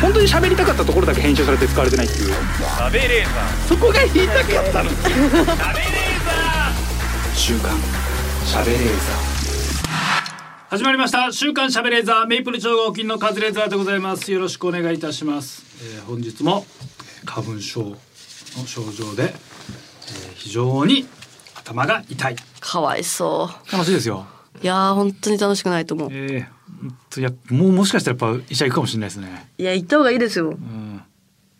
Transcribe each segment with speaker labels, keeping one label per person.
Speaker 1: 本当に喋りたかったところだけ編集されて使われてないっていう
Speaker 2: 食べれー
Speaker 1: そこが言いたかったの週刊しゃべれー
Speaker 3: 始まりました週刊しゃべレーザーメイプル超合金のカズレーザーでございますよろしくお願いいたします、えー、本日も花粉症の症状で、えー、非常に頭が痛い
Speaker 4: かわいそ
Speaker 3: 楽しいですよ
Speaker 4: ういやー本当に楽しくないと思う
Speaker 3: ええとやもうもしかしたらやっぱ医者行くかもしれないですね
Speaker 4: いや行った方がいいですよ
Speaker 3: うん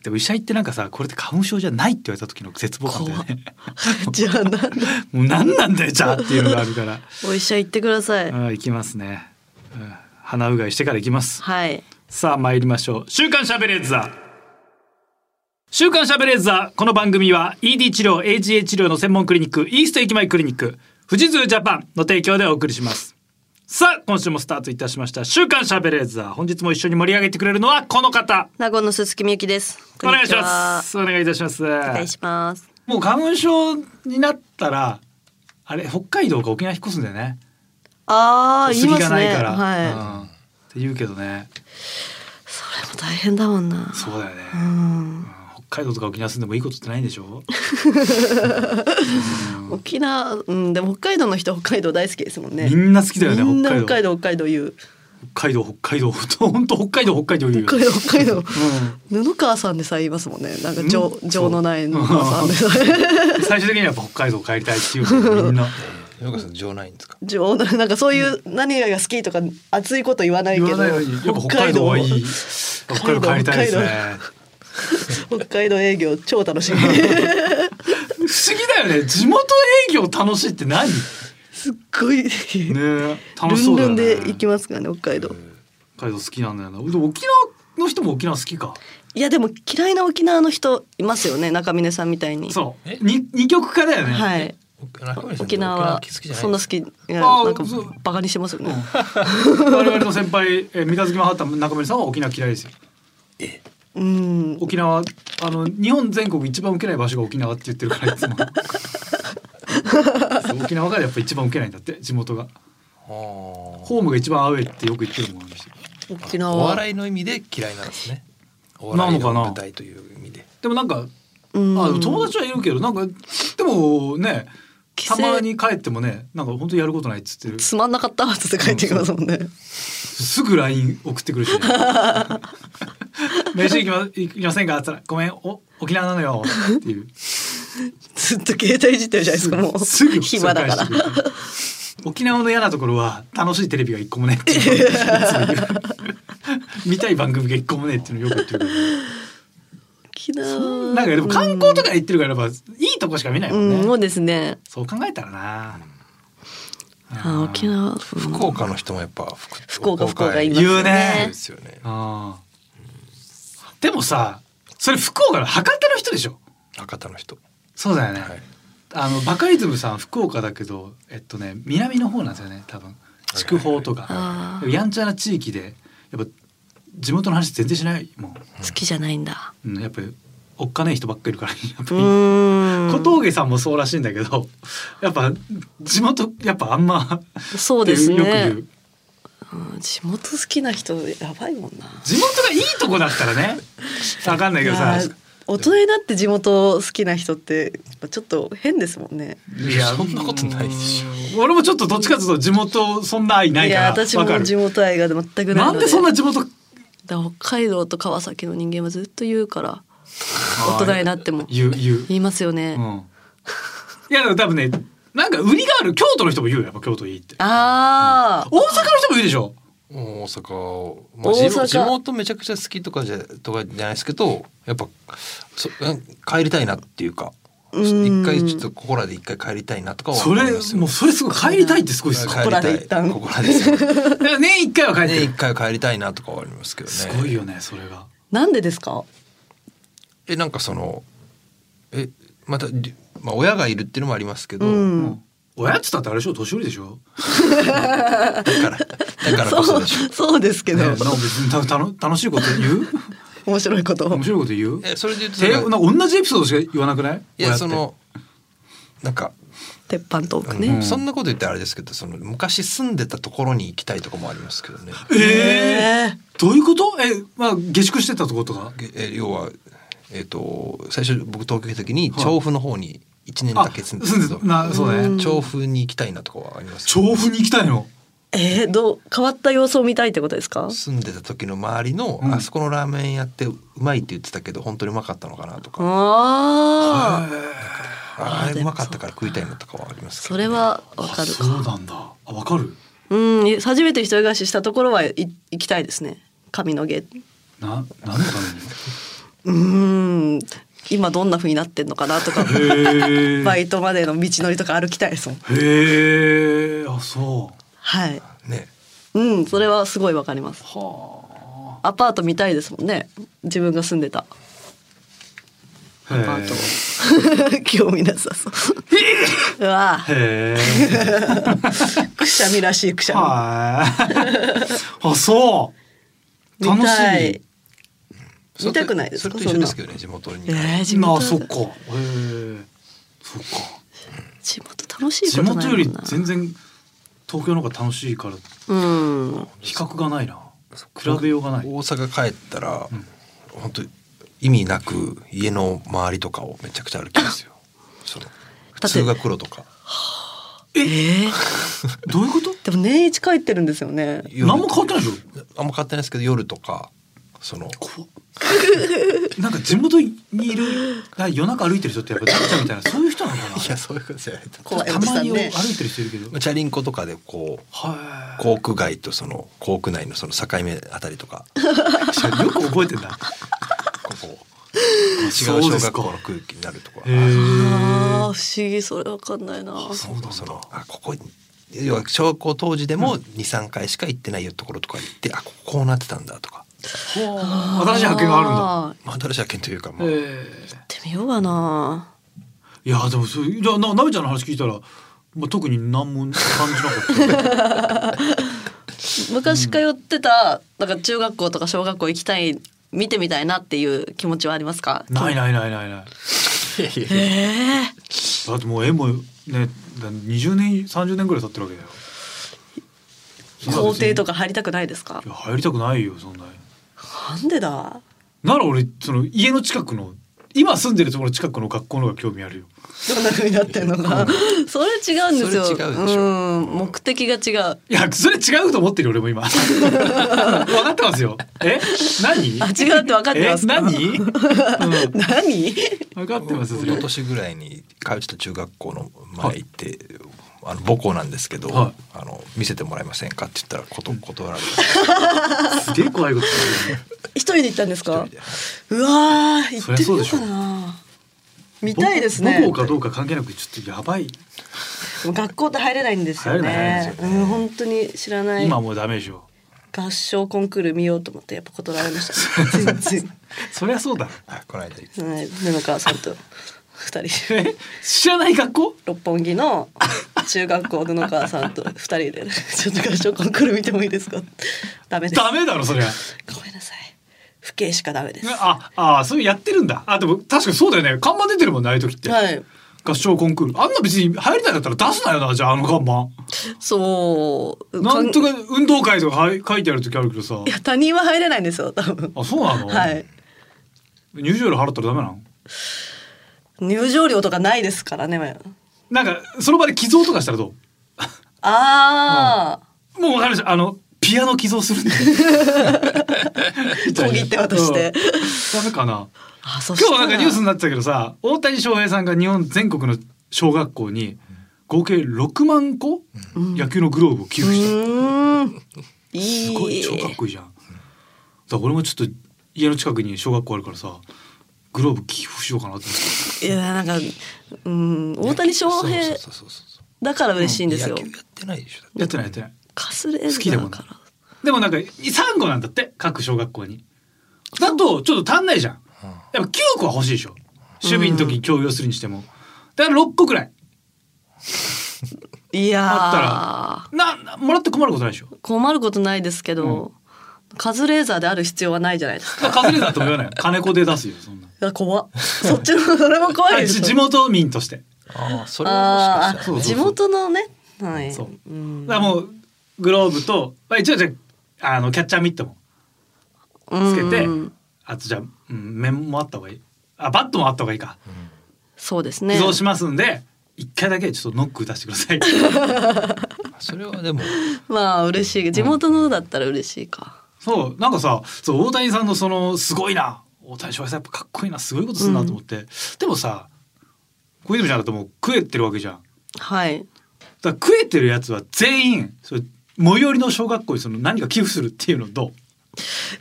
Speaker 3: でも医者行ってなんかさこれって花粉症じゃないって言われた時の絶望感だよね
Speaker 4: じゃあなんだ
Speaker 3: もう何なんだよじゃあっていうのがあるから
Speaker 4: お医者行ってください
Speaker 3: あ行きますね、うん、鼻うがいしてから行きます
Speaker 4: はい
Speaker 3: さあ参りましょう週刊しゃべれーザ週刊しゃべれーザこの番組は ED 治療 AGA 治療の専門クリニックイースト駅前クリニック富士通ジャパンの提供でお送りしますさあ今週もスタートいたしました週刊しゃべれーザ本日も一緒に盛り上げてくれるのはこの方
Speaker 4: 名護の鈴木みゆきです
Speaker 3: お願いしますお願いいたしますお
Speaker 4: お願いします
Speaker 3: もう花粉症になったらあれ北海道か沖縄引っ越すんだよね
Speaker 4: ああ言い
Speaker 3: 杉
Speaker 4: ますね
Speaker 3: がないから、
Speaker 4: はい、
Speaker 3: うんって言うけどね
Speaker 4: それも大変だもんな
Speaker 3: そうだよね、
Speaker 4: うん
Speaker 3: 北海道とか沖縄住んでもいいことってないんでしょ
Speaker 4: 沖縄、うん、でも北海道の人北海道大好きですもんね
Speaker 3: みんな好きだよね
Speaker 4: みんな
Speaker 3: 北
Speaker 4: 北
Speaker 3: 海
Speaker 4: 海
Speaker 3: 道
Speaker 4: 道北海道言う
Speaker 3: 北海道北海道 本当北海道北海道言うよ
Speaker 4: 北海道北海道
Speaker 3: う
Speaker 4: 布川さんでさえ言いますもんねなんか
Speaker 3: ん
Speaker 4: 情情のない布川さんでさえ
Speaker 3: ん最終的にはやっぱ北海道帰りたいっていうのみんな
Speaker 2: ようさん情ないんですか
Speaker 4: 情のなんかそういう何が好きとか熱いこと言わないけ
Speaker 3: 言
Speaker 4: ど
Speaker 3: わないのにやっぱ北海道はいい北海
Speaker 4: 海道
Speaker 3: 道帰りたいですね
Speaker 4: 北海道営業超 楽しみ
Speaker 3: 不思議だよね地元営業楽しいって何ね
Speaker 4: すっごい、
Speaker 3: え楽
Speaker 4: ル
Speaker 3: しそ
Speaker 4: ン
Speaker 3: うだよ
Speaker 4: ルン
Speaker 3: ね
Speaker 4: で行きますからね北海道
Speaker 3: 北海道好きなんだよなでも沖縄の人も沖縄好きか
Speaker 4: いやでも嫌いな沖縄の人いますよね中峰さんみたいに
Speaker 3: そう
Speaker 2: え
Speaker 3: に二極化だよね、
Speaker 4: はい沖
Speaker 2: 沖
Speaker 4: 縄
Speaker 2: 縄
Speaker 4: は
Speaker 2: はそ
Speaker 4: そん
Speaker 2: ん
Speaker 4: な
Speaker 2: な
Speaker 4: 好
Speaker 2: 好
Speaker 4: きいや
Speaker 3: あー
Speaker 4: なんか
Speaker 3: そう
Speaker 4: バカにしてますよね、
Speaker 3: 我々の先輩、えー、三日月マンハッタン中村さんは沖縄嫌いですよ
Speaker 4: うん、
Speaker 3: 沖縄あの日本全国一番受けない場所が沖縄って言ってるからい つもそう沖縄がやっぱ一番受けないんだって地元がホームが一番アウェイってよく言ってるもん私
Speaker 4: 沖縄
Speaker 2: お
Speaker 4: は
Speaker 2: 笑いの意味で嫌いなんですねお笑いの舞台という意味で
Speaker 3: でもなんか
Speaker 4: うん
Speaker 3: あでも友達はいるけどなんかでもね
Speaker 4: 帰省
Speaker 3: たまに帰ってもねなんか本当にやることないっつってる
Speaker 4: つまんなかったっつって帰ってきますもんね、
Speaker 3: すぐ LINE 送ってくる し、ね、飯行きま行きませんかっつったら「ごめんお沖縄なのよ」っていう
Speaker 4: ずっと携帯いじってるじゃないですかもう
Speaker 3: すぐ
Speaker 4: 暇だから
Speaker 3: すぐ返してくれる沖縄の嫌なところは楽しいテレビが一個もねえっていうのをいつも言う 見たい番組が一個もねえっていうのをよく言ってるから
Speaker 4: 沖縄
Speaker 3: なんかでも観光とか行ってるからやっぱいいとこしか見ないも
Speaker 4: うん
Speaker 3: ね、
Speaker 4: んそうですね
Speaker 3: そう考えたらな
Speaker 4: あー沖縄、うん
Speaker 2: 福岡の人もやっぱ福
Speaker 4: 福岡福岡い
Speaker 2: い
Speaker 4: ますよ
Speaker 3: 言うね
Speaker 4: ね
Speaker 2: ですよね
Speaker 3: あーでもさそれ福岡の博多の人でしょ
Speaker 2: 博多の人
Speaker 3: そうだよね、
Speaker 2: はい
Speaker 3: あのバカリズムさん福岡だけどえっとね南の方なんですよね多分筑豊と
Speaker 4: あ
Speaker 3: か
Speaker 4: ー
Speaker 3: やんちゃな地域でやっぱ地元の話全然しないもん
Speaker 4: 好きじゃないんだ
Speaker 3: うん、やっぱりおっかねえ人ばっかりいるからやっぱ
Speaker 4: う
Speaker 3: り、
Speaker 4: ー
Speaker 3: 小
Speaker 4: ん
Speaker 3: 峠さんもそうらしいんだけどやっぱ地元やっぱあんま
Speaker 4: そうですね
Speaker 3: ってよく言う
Speaker 4: うん地元好きな人やばいもんな
Speaker 3: 地元がいいとこだったらね分かんないけどさ
Speaker 4: いやー大人になって地元好きな人ってやっぱちょっと変ですもんね
Speaker 3: いや
Speaker 2: そんなことないでしょ
Speaker 3: 俺もちょっとどっちかというと地元そんな愛ない
Speaker 4: い
Speaker 3: から
Speaker 4: や私
Speaker 3: 分か
Speaker 4: も地
Speaker 3: る
Speaker 4: 元愛が全くない
Speaker 3: な
Speaker 4: ので
Speaker 3: んでそんな地元
Speaker 4: だから北海道と川崎の人間はずっと言うから大人になっても
Speaker 3: 言う言う
Speaker 4: 言いますよね、
Speaker 3: うんいやでも多分ねなんか売りがある京都の人も言うよやっぱ京都いいって
Speaker 4: ああ
Speaker 3: 大阪の人も言うでしょ
Speaker 2: 大阪を、まあ、
Speaker 4: 大
Speaker 2: 地
Speaker 4: 阪
Speaker 2: 地元めちゃくちゃ好きとかじゃとかじゃないですけどやっぱそうん帰りたいなっていうか
Speaker 4: うん
Speaker 2: 一回ちょっとここらで一回帰りたいなとかは
Speaker 3: そ
Speaker 2: 思
Speaker 3: れ
Speaker 2: いますよ
Speaker 3: もうそれすごい帰りたいってすごいっすよ
Speaker 2: 帰
Speaker 4: ここらで一旦
Speaker 2: ここらですよね
Speaker 3: だから年一回は帰ってる、
Speaker 2: 一回帰りたいなとかはありますけどね
Speaker 3: すごいよねそれが
Speaker 4: なんでですか
Speaker 2: えなんかそのえまた、りまあ、親がいるっていうのもありますけど、
Speaker 4: うん、
Speaker 3: 親っつったってあれでしょ年寄りでしょ、
Speaker 2: だからだから こ
Speaker 4: そう
Speaker 2: そでしょ
Speaker 4: そうですけ
Speaker 3: ねえ
Speaker 4: ど、
Speaker 3: なんか別にたたの楽しいこと言う
Speaker 4: 面白いこと
Speaker 3: 面白いこと言う
Speaker 2: えそれで言うと
Speaker 3: てなんか同じエピソードしか言わなくない
Speaker 2: い
Speaker 3: 親っ
Speaker 2: や
Speaker 3: て
Speaker 2: そのなんか
Speaker 4: 鉄板トークね、
Speaker 2: うんそんなこと言ってあれですけどその昔住んでたところに行きたいとかもありますけどね
Speaker 3: ええどういうことえ、まあ、下宿してたとことか
Speaker 2: ええ要はえっ、と最初僕東京行った時に調布の方に1年だけ住んでたんです
Speaker 3: あ住んでなそうね
Speaker 2: ん調布に行きたいなとかはありますけど
Speaker 3: 調布に行きたいの
Speaker 4: えー、どう変わった様子を見たいってことですか
Speaker 2: 住んでた時の周りの、
Speaker 3: うん
Speaker 2: あそこのラーメン屋ってうまいって言ってたけど本当にうまかったのかなとか、
Speaker 4: ああ
Speaker 2: あ
Speaker 4: あー
Speaker 2: れ
Speaker 4: で
Speaker 2: う
Speaker 4: も
Speaker 2: まかったから食いたいなとかはありますけ
Speaker 4: そ
Speaker 2: ど
Speaker 4: れ
Speaker 2: ね、
Speaker 4: はわか
Speaker 3: あ
Speaker 4: る
Speaker 3: そう
Speaker 4: か
Speaker 3: なんだあわかる
Speaker 4: うん初めて一人暮らししたところはい行きたいですね髪の毛
Speaker 3: な何のた
Speaker 4: うん今どんな風になってんのかなとか
Speaker 3: めに へ
Speaker 4: バイトまでの道のりとか歩きたいですもん
Speaker 3: えへえあそう
Speaker 4: はい
Speaker 2: ね
Speaker 4: うんそれはすごいわかります
Speaker 3: は
Speaker 4: アパート見たいですもんね自分が住んでた
Speaker 3: あ
Speaker 4: アパート 興味なさそううわあ
Speaker 3: へえ
Speaker 4: くしゃみらしいくしゃ
Speaker 3: はいあそう
Speaker 4: み
Speaker 3: 楽
Speaker 4: 見
Speaker 3: したい
Speaker 4: い見たくないですか
Speaker 2: それと一緒ですけどね地元に、
Speaker 4: えー、地
Speaker 3: まあ
Speaker 4: 元
Speaker 3: そっかへえそっか
Speaker 4: 地元楽しい
Speaker 3: 地
Speaker 4: ことな
Speaker 3: 元よ
Speaker 4: いも
Speaker 3: り
Speaker 4: んな
Speaker 3: 全然東京の方が楽しいから
Speaker 4: うん
Speaker 3: 比較がないな比べようがない
Speaker 2: 大阪帰ったら、本当意味なく家の周りとかをめちゃくちゃ歩きますよその
Speaker 4: て
Speaker 2: 通学路とか
Speaker 4: えー、
Speaker 3: どういうこと
Speaker 4: でも年一帰ってるんですよね
Speaker 2: 夜
Speaker 3: 何も変わってないでし
Speaker 2: あんま買ってないですけど夜とかその
Speaker 3: ょなんか地元にいるあ夜中歩いてる人ってやっぱダッチャみたいなそういう人なのかない
Speaker 2: やそういうことじゃない
Speaker 4: 怖い
Speaker 3: た
Speaker 4: おじ
Speaker 3: ま
Speaker 4: さん
Speaker 3: に歩
Speaker 4: ね
Speaker 3: いてる人いるけど
Speaker 2: まあチャリンコとかでこう
Speaker 3: はい
Speaker 2: 校区外とその校区内のその境目あたり とか
Speaker 3: よく覚えてんだ
Speaker 2: ここ違う
Speaker 3: そう
Speaker 2: 小
Speaker 3: で
Speaker 2: 学
Speaker 3: すか
Speaker 2: 校の空気になるとこ
Speaker 3: へ
Speaker 2: ろ
Speaker 4: ああ不思議それわかんないな
Speaker 2: そうそうそのあここ要は小学校当時でも23回しか行ってないよところとか行ってあこここうなってたんだとか、
Speaker 3: ー新しい発見があるんだ
Speaker 4: るんだ
Speaker 2: まあ、新しい発見というか、ま
Speaker 3: へ
Speaker 2: あ、
Speaker 4: 行ってみようかな
Speaker 3: えいやでもそういうなななべちゃんの話聞いたら、まあ、特に何も感じ なかった
Speaker 4: 昔通ってたなんか中学校とか小学校行きたい見てみたいなっていう気持ちはありますか
Speaker 3: ないないないないないだってもう絵もねだ20年30年ぐらい経ってるわけだよ
Speaker 4: 校庭とか入りたくないですか
Speaker 3: いや入りたくないよそんな
Speaker 4: なんでだ
Speaker 3: なら俺その家の近くの今住んでるところの近くの学校の方が興味あるよ
Speaker 4: どんな風になってん のかそれ違うんですよ
Speaker 2: それ違うでしょ
Speaker 4: うん目的が違う
Speaker 3: いやそれ違うと思ってるよ俺も 今分かってますよえ何
Speaker 4: あ違うって分かってます
Speaker 3: え
Speaker 4: か
Speaker 3: 何、うん、
Speaker 4: 何
Speaker 3: 分かってますそ
Speaker 2: 一
Speaker 3: れ
Speaker 2: 昨年ぐらいに通ってた中学校の前行って、あの母校なんですけど、
Speaker 3: はい
Speaker 2: あの見せてもらえませんかって言ったらこと断られ
Speaker 3: すげえ怖いこと言ってるよね
Speaker 4: 一人で行ったんです
Speaker 2: た
Speaker 4: か
Speaker 2: 一人で
Speaker 4: うわー行ってみよう
Speaker 3: そりゃそうで
Speaker 4: かな見たいです
Speaker 3: 母
Speaker 4: ね
Speaker 3: 母校かどうか関係なくちょっとやばい
Speaker 4: 学校って入れないんですよ
Speaker 3: 入れない
Speaker 4: ね
Speaker 2: ですよね
Speaker 4: うん本当に知らない
Speaker 3: 今はもうダメでしょ
Speaker 4: 合唱コンクール見ようと思ってやっぱ断られ ました全然
Speaker 3: そりゃそうだ
Speaker 2: あこの間行って
Speaker 4: はい、布川さんと二人
Speaker 3: え知らない学校
Speaker 4: 六本木の中学校布川さんと二人で「ちょっと合唱コンクール見てもいいですか?」ダメです
Speaker 3: ダメだろそりゃ
Speaker 4: ごめんなさい不敬しかダメですは
Speaker 3: ああそういうやってるんだあでも確かにそうだよね看板出てるもんねああいう時って、
Speaker 4: い
Speaker 3: 合唱コンクールあんな別に入りたいんだったら出すなよなじゃああの看板
Speaker 4: そう
Speaker 3: なんと
Speaker 4: かん
Speaker 3: か運動会とかはい書いてある時あるけどさ
Speaker 4: いや他人は入れないんですよ多分
Speaker 3: あそうなの、
Speaker 4: はい
Speaker 3: 入場料払ったらダメなの
Speaker 4: 入場料とかないですからね
Speaker 3: なんかその場で寄贈とかしたらど
Speaker 4: ああ、
Speaker 3: うもうわかりましたあのピアノ寄贈す るんでみたいな
Speaker 4: 小切手渡して
Speaker 3: うんダメかな
Speaker 4: あそ
Speaker 3: 今日はなんかニュースになってたけどさ大谷翔平さんが日本全国の小学校に合計6万個野球のグローブを寄付
Speaker 4: う
Speaker 3: した、
Speaker 4: ーんいい
Speaker 3: すごい超かっこいいじゃん、だから俺もちょっと家の近くに小学校あるからさグローブ寄付しようかなって思って
Speaker 4: いやなんかうん大谷翔平
Speaker 2: そうそうそうそう
Speaker 4: だから嬉しいんですよ、
Speaker 2: 野球やってないでしょだ
Speaker 3: や
Speaker 2: って
Speaker 3: ってないやってない
Speaker 4: かすれる
Speaker 3: 好きでも
Speaker 4: だ
Speaker 3: な
Speaker 4: か
Speaker 3: い
Speaker 4: ら
Speaker 3: でもなんか3個なんだって各小学校にだとちょっと足んないじゃんやっぱ9個は欲しいでしょ守備の時に共有するにしてもだから6個くらい
Speaker 4: い
Speaker 3: あ
Speaker 4: や
Speaker 3: ななもらって困ることないでしょ
Speaker 4: ー困ることないですけど、カズレーザーである必要はないじゃないです
Speaker 3: ま
Speaker 4: か。
Speaker 3: あカズレーザー とも言わないよ金子で出すよそんない
Speaker 4: や怖っ。そっちのそれも怖い
Speaker 3: あ
Speaker 4: です
Speaker 3: 地
Speaker 4: よ。
Speaker 3: 元民として
Speaker 2: ああそれは
Speaker 4: あ
Speaker 2: もしか
Speaker 4: ー
Speaker 2: し
Speaker 4: あ
Speaker 2: たらね
Speaker 3: そうそう
Speaker 4: 地元のねはい
Speaker 3: そう
Speaker 4: うん
Speaker 3: だからもうグローブと、まあ、一応じゃああのキャッチャーミットもつけて、
Speaker 4: うん
Speaker 3: あとじゃあ、うん、面もあった方がいいあバットもあった方がいいか、
Speaker 4: そうですね
Speaker 3: 寄贈しますんで一回だけちょっとノック打たせてください
Speaker 2: それはでも
Speaker 4: まあ嬉しい地元のだったら嬉しいか、
Speaker 3: そうなんかさそう大谷さんのそのすごいな大谷翔平さんやっぱかっこいいなすごいことするなと思って、でもさ小泉ちゃんだともう食えてるわけじゃん
Speaker 4: はい
Speaker 3: だから食えてるやつは全員それ最寄りの小学校にその何か寄付するっていうのどう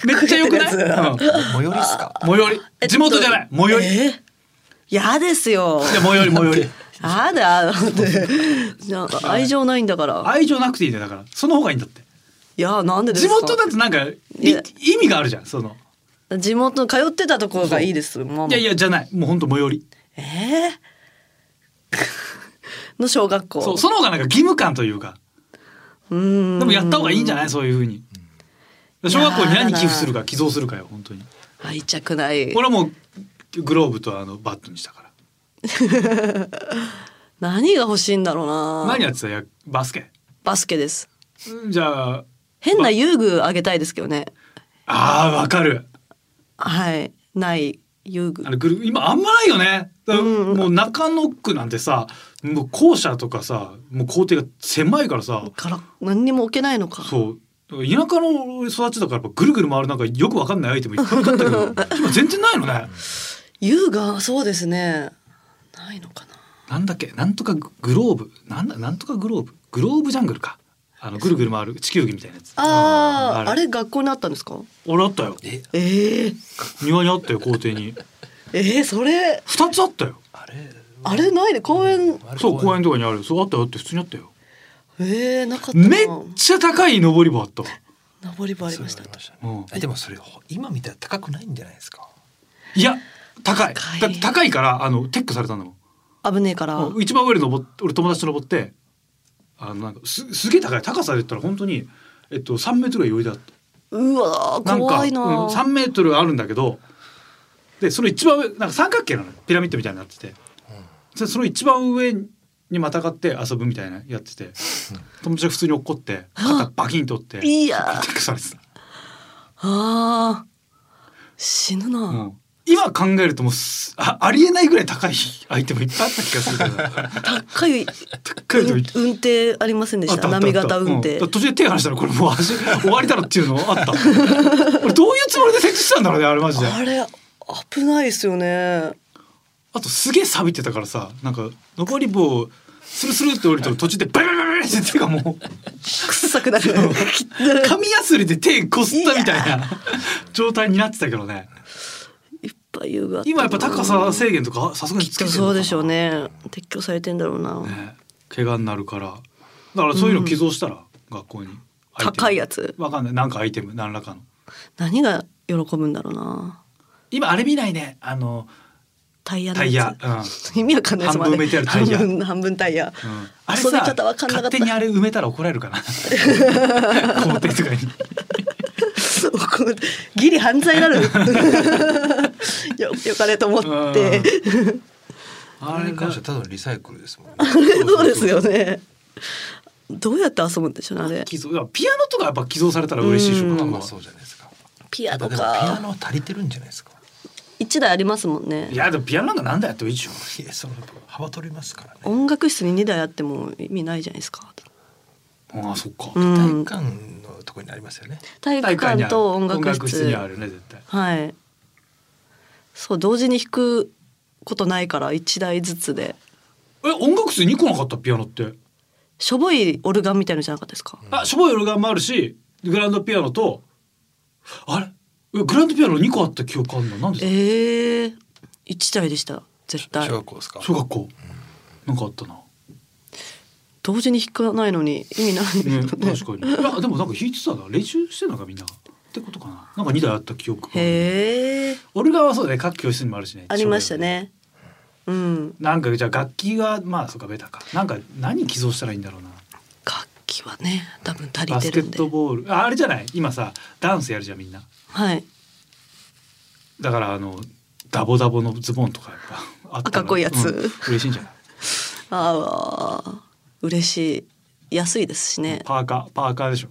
Speaker 3: めっちゃ良くない、
Speaker 4: 食えてるやつ
Speaker 3: うん最
Speaker 2: 最寄りっすか
Speaker 3: 寄り地元じゃない最寄り、い
Speaker 4: えーやですよ
Speaker 3: や最寄り最寄り
Speaker 4: あだ だってなんか愛情ないんだから
Speaker 3: 愛情なくていいんだよだからその方がいいんだって
Speaker 4: いやなんでです
Speaker 3: 地
Speaker 4: か
Speaker 3: 元だとなんかい
Speaker 4: いや
Speaker 3: 意味があるじゃんその
Speaker 4: 地元通ってたところがいいですママ
Speaker 3: いやいやじゃないもう本当最寄り
Speaker 4: え ーの小学校
Speaker 3: そうその方がなんか義務感というか
Speaker 4: うーん
Speaker 3: でもやった方がいいんじゃないそういうふうに小学校に何寄付するか寄贈するかよ本当に
Speaker 4: 愛着ない
Speaker 3: 俺はもうグローブとあのバットにしたから
Speaker 4: 何が欲しいんだろうな
Speaker 3: 何やってたやバスケ
Speaker 4: バスケです
Speaker 3: うんじゃあ
Speaker 4: 変な遊具あげたいですけどね
Speaker 3: あーわかる
Speaker 4: はいない遊具
Speaker 3: あのグル今あんまないよね、だから
Speaker 4: うん
Speaker 3: もう中野区なんてさもう校舎とかさもう校庭が狭いからさ
Speaker 4: から何にも置けないのか
Speaker 3: そう田舎の育ちだからやっぱぐるぐる回るなんかよくわかんないアイテムいっぱい買ったけ ど今全然ないのね
Speaker 4: 遊具がそうですねないのか
Speaker 3: な
Speaker 4: な
Speaker 3: んだっけなんとかグローブなんだなんとかグローブグローブジャングルかあのぐるぐる回る地球儀みたいなやつ
Speaker 4: あーあ
Speaker 3: あ
Speaker 4: れ学校にあったんですか
Speaker 3: 俺あったよ
Speaker 2: え
Speaker 4: えー、
Speaker 3: 庭にあったよ校庭に
Speaker 4: えー、それ
Speaker 3: 二つあったよ
Speaker 2: あれ
Speaker 4: あれないで公園
Speaker 2: あれ
Speaker 3: そう公園
Speaker 2: で
Speaker 3: とかにあるそうあったよあって普通にあったよ
Speaker 4: えー、なかったな
Speaker 3: めっちゃ高い登り棒あったわ
Speaker 4: 登り場ありました
Speaker 3: うん
Speaker 2: えでもそれほ今見たら高くないんじゃないですか
Speaker 3: いや高い
Speaker 4: 高い
Speaker 3: だって高いからあの撤去されたんだもん
Speaker 4: 危ねえから
Speaker 3: うん一番上に登っ俺友達と登ってあのなんかすすげえ高い高さで言ったら本当にえっと3メートルぐらい余裕だった
Speaker 4: うわー
Speaker 3: なんか
Speaker 4: 怖いな
Speaker 3: うん、3メートルあるんだけどでその一番上なんか三角形なのよピラミッドみたいになってて、でその一番上にまたがって遊ぶみたいなやってて友達が普通に落っこって肩バキンと折って
Speaker 4: いや
Speaker 3: そっから撤去されて
Speaker 4: あー死ぬな、
Speaker 3: た、うん今考えるともうすあありえないぐらい高いアイテムいっぱいあった気がするけ ど
Speaker 4: 高い
Speaker 3: 高いとこいっ
Speaker 4: 運運転ありませんでした波型運転、
Speaker 3: うんだから途中で手離したらこれもう足 終わりだろっていうのあ った俺どういうつもりで設置したんだろうねあれマジで
Speaker 4: あれ危ないですよ ね
Speaker 3: あとすげえ錆びてたからさなんか上り棒スルスルって降りてる途中でバリバリバリバリって手がもう
Speaker 4: 臭くなる
Speaker 3: 紙やすりで手こすったみたいな状態になってたけどね
Speaker 4: いっぱい遊具あったな
Speaker 3: 今やっぱ高さ制限とかさすがにつけてるのかな
Speaker 4: そうでしょうね撤去されてんだろうな、
Speaker 3: ね怪我になるからだからそういうの寄贈したら、学校にアイテム
Speaker 4: 高いやつ
Speaker 3: わかんないなんかアイテム何らかの
Speaker 4: 何が喜ぶんだろうな
Speaker 3: 今あれ見ないねあの
Speaker 4: タイヤの
Speaker 3: タイヤ
Speaker 4: や
Speaker 3: うん、うん、
Speaker 4: つ意味わかんないです
Speaker 3: 半分埋めてあるタイヤ
Speaker 4: 半分半分タイヤ、
Speaker 3: あれ
Speaker 4: 遊び
Speaker 3: さ
Speaker 4: 方わかんな
Speaker 3: 勝
Speaker 4: かった
Speaker 3: 手にあれ埋めたら怒られるかな 校庭とかに。
Speaker 4: ギリ犯罪に なるよよかれと思って
Speaker 2: あ
Speaker 3: あ
Speaker 2: れ
Speaker 3: れ
Speaker 2: に
Speaker 3: か
Speaker 2: 関してはただのリサイクルですも んね
Speaker 4: そうですよねどうやって遊ぶんでしょうねあれ
Speaker 3: 寄贈いやピアノとかやっぱ寄贈されたら嬉しいでしょう
Speaker 2: ま
Speaker 3: か
Speaker 2: あ
Speaker 3: な
Speaker 2: ま
Speaker 3: ん
Speaker 2: あ
Speaker 3: か
Speaker 2: そうじゃないですか
Speaker 4: ピア
Speaker 2: ただ
Speaker 4: ノ
Speaker 2: でもピア
Speaker 4: か
Speaker 2: ノは足りてるんじゃないですか
Speaker 4: 一台ありますもん
Speaker 3: い
Speaker 4: ね
Speaker 3: やでもピアノなんか何だやってもいいでしょ
Speaker 2: いやその幅取りますからね
Speaker 4: 音楽室に二台あっても意味ないじゃないですか
Speaker 3: ああそっか、
Speaker 4: う
Speaker 2: 体
Speaker 4: ん
Speaker 2: 育館のところにありますよね
Speaker 4: 体育館と音楽室
Speaker 3: にあるね絶対
Speaker 4: はいそう同時に弾くことないから一台ずつで
Speaker 3: え音楽室2個なかったピアノって
Speaker 4: しょぼいオルガンみたいのじゃなかったですか
Speaker 3: あしょぼいオルガンもあるしグランドピアノとあれえグランドピアノ2個あった記憶あるのなんでですか
Speaker 4: ええー、一台でした絶対
Speaker 2: 小学校ですか
Speaker 3: 小学校なんかあったな、ね、
Speaker 4: 同時に弾かないのに意味ないんだよ
Speaker 3: 確
Speaker 4: ね
Speaker 3: か にいやでもなんか弾いてたな練習してたのかみんなってことかななんか2台あった記憶が
Speaker 4: へえ
Speaker 3: オルガンはそうだね各教室にもあるしね
Speaker 4: ありましたねうん
Speaker 3: なんかじゃあ楽器がまあそうかベタかなんか何寄贈したらいいんだろうな
Speaker 4: 楽器はね多分足り
Speaker 3: バ
Speaker 4: て
Speaker 3: スケ
Speaker 4: るん
Speaker 3: ッ
Speaker 4: で
Speaker 3: トボールああれじゃない今さダンスやるじゃんみんな
Speaker 4: はい
Speaker 3: だからあのダボダボのズボンとかやっぱあったら
Speaker 4: あかっこいいやつ
Speaker 3: うん嬉しいんじゃない
Speaker 4: ああ嬉しい安いですしね
Speaker 3: パーカーパーカーで しょ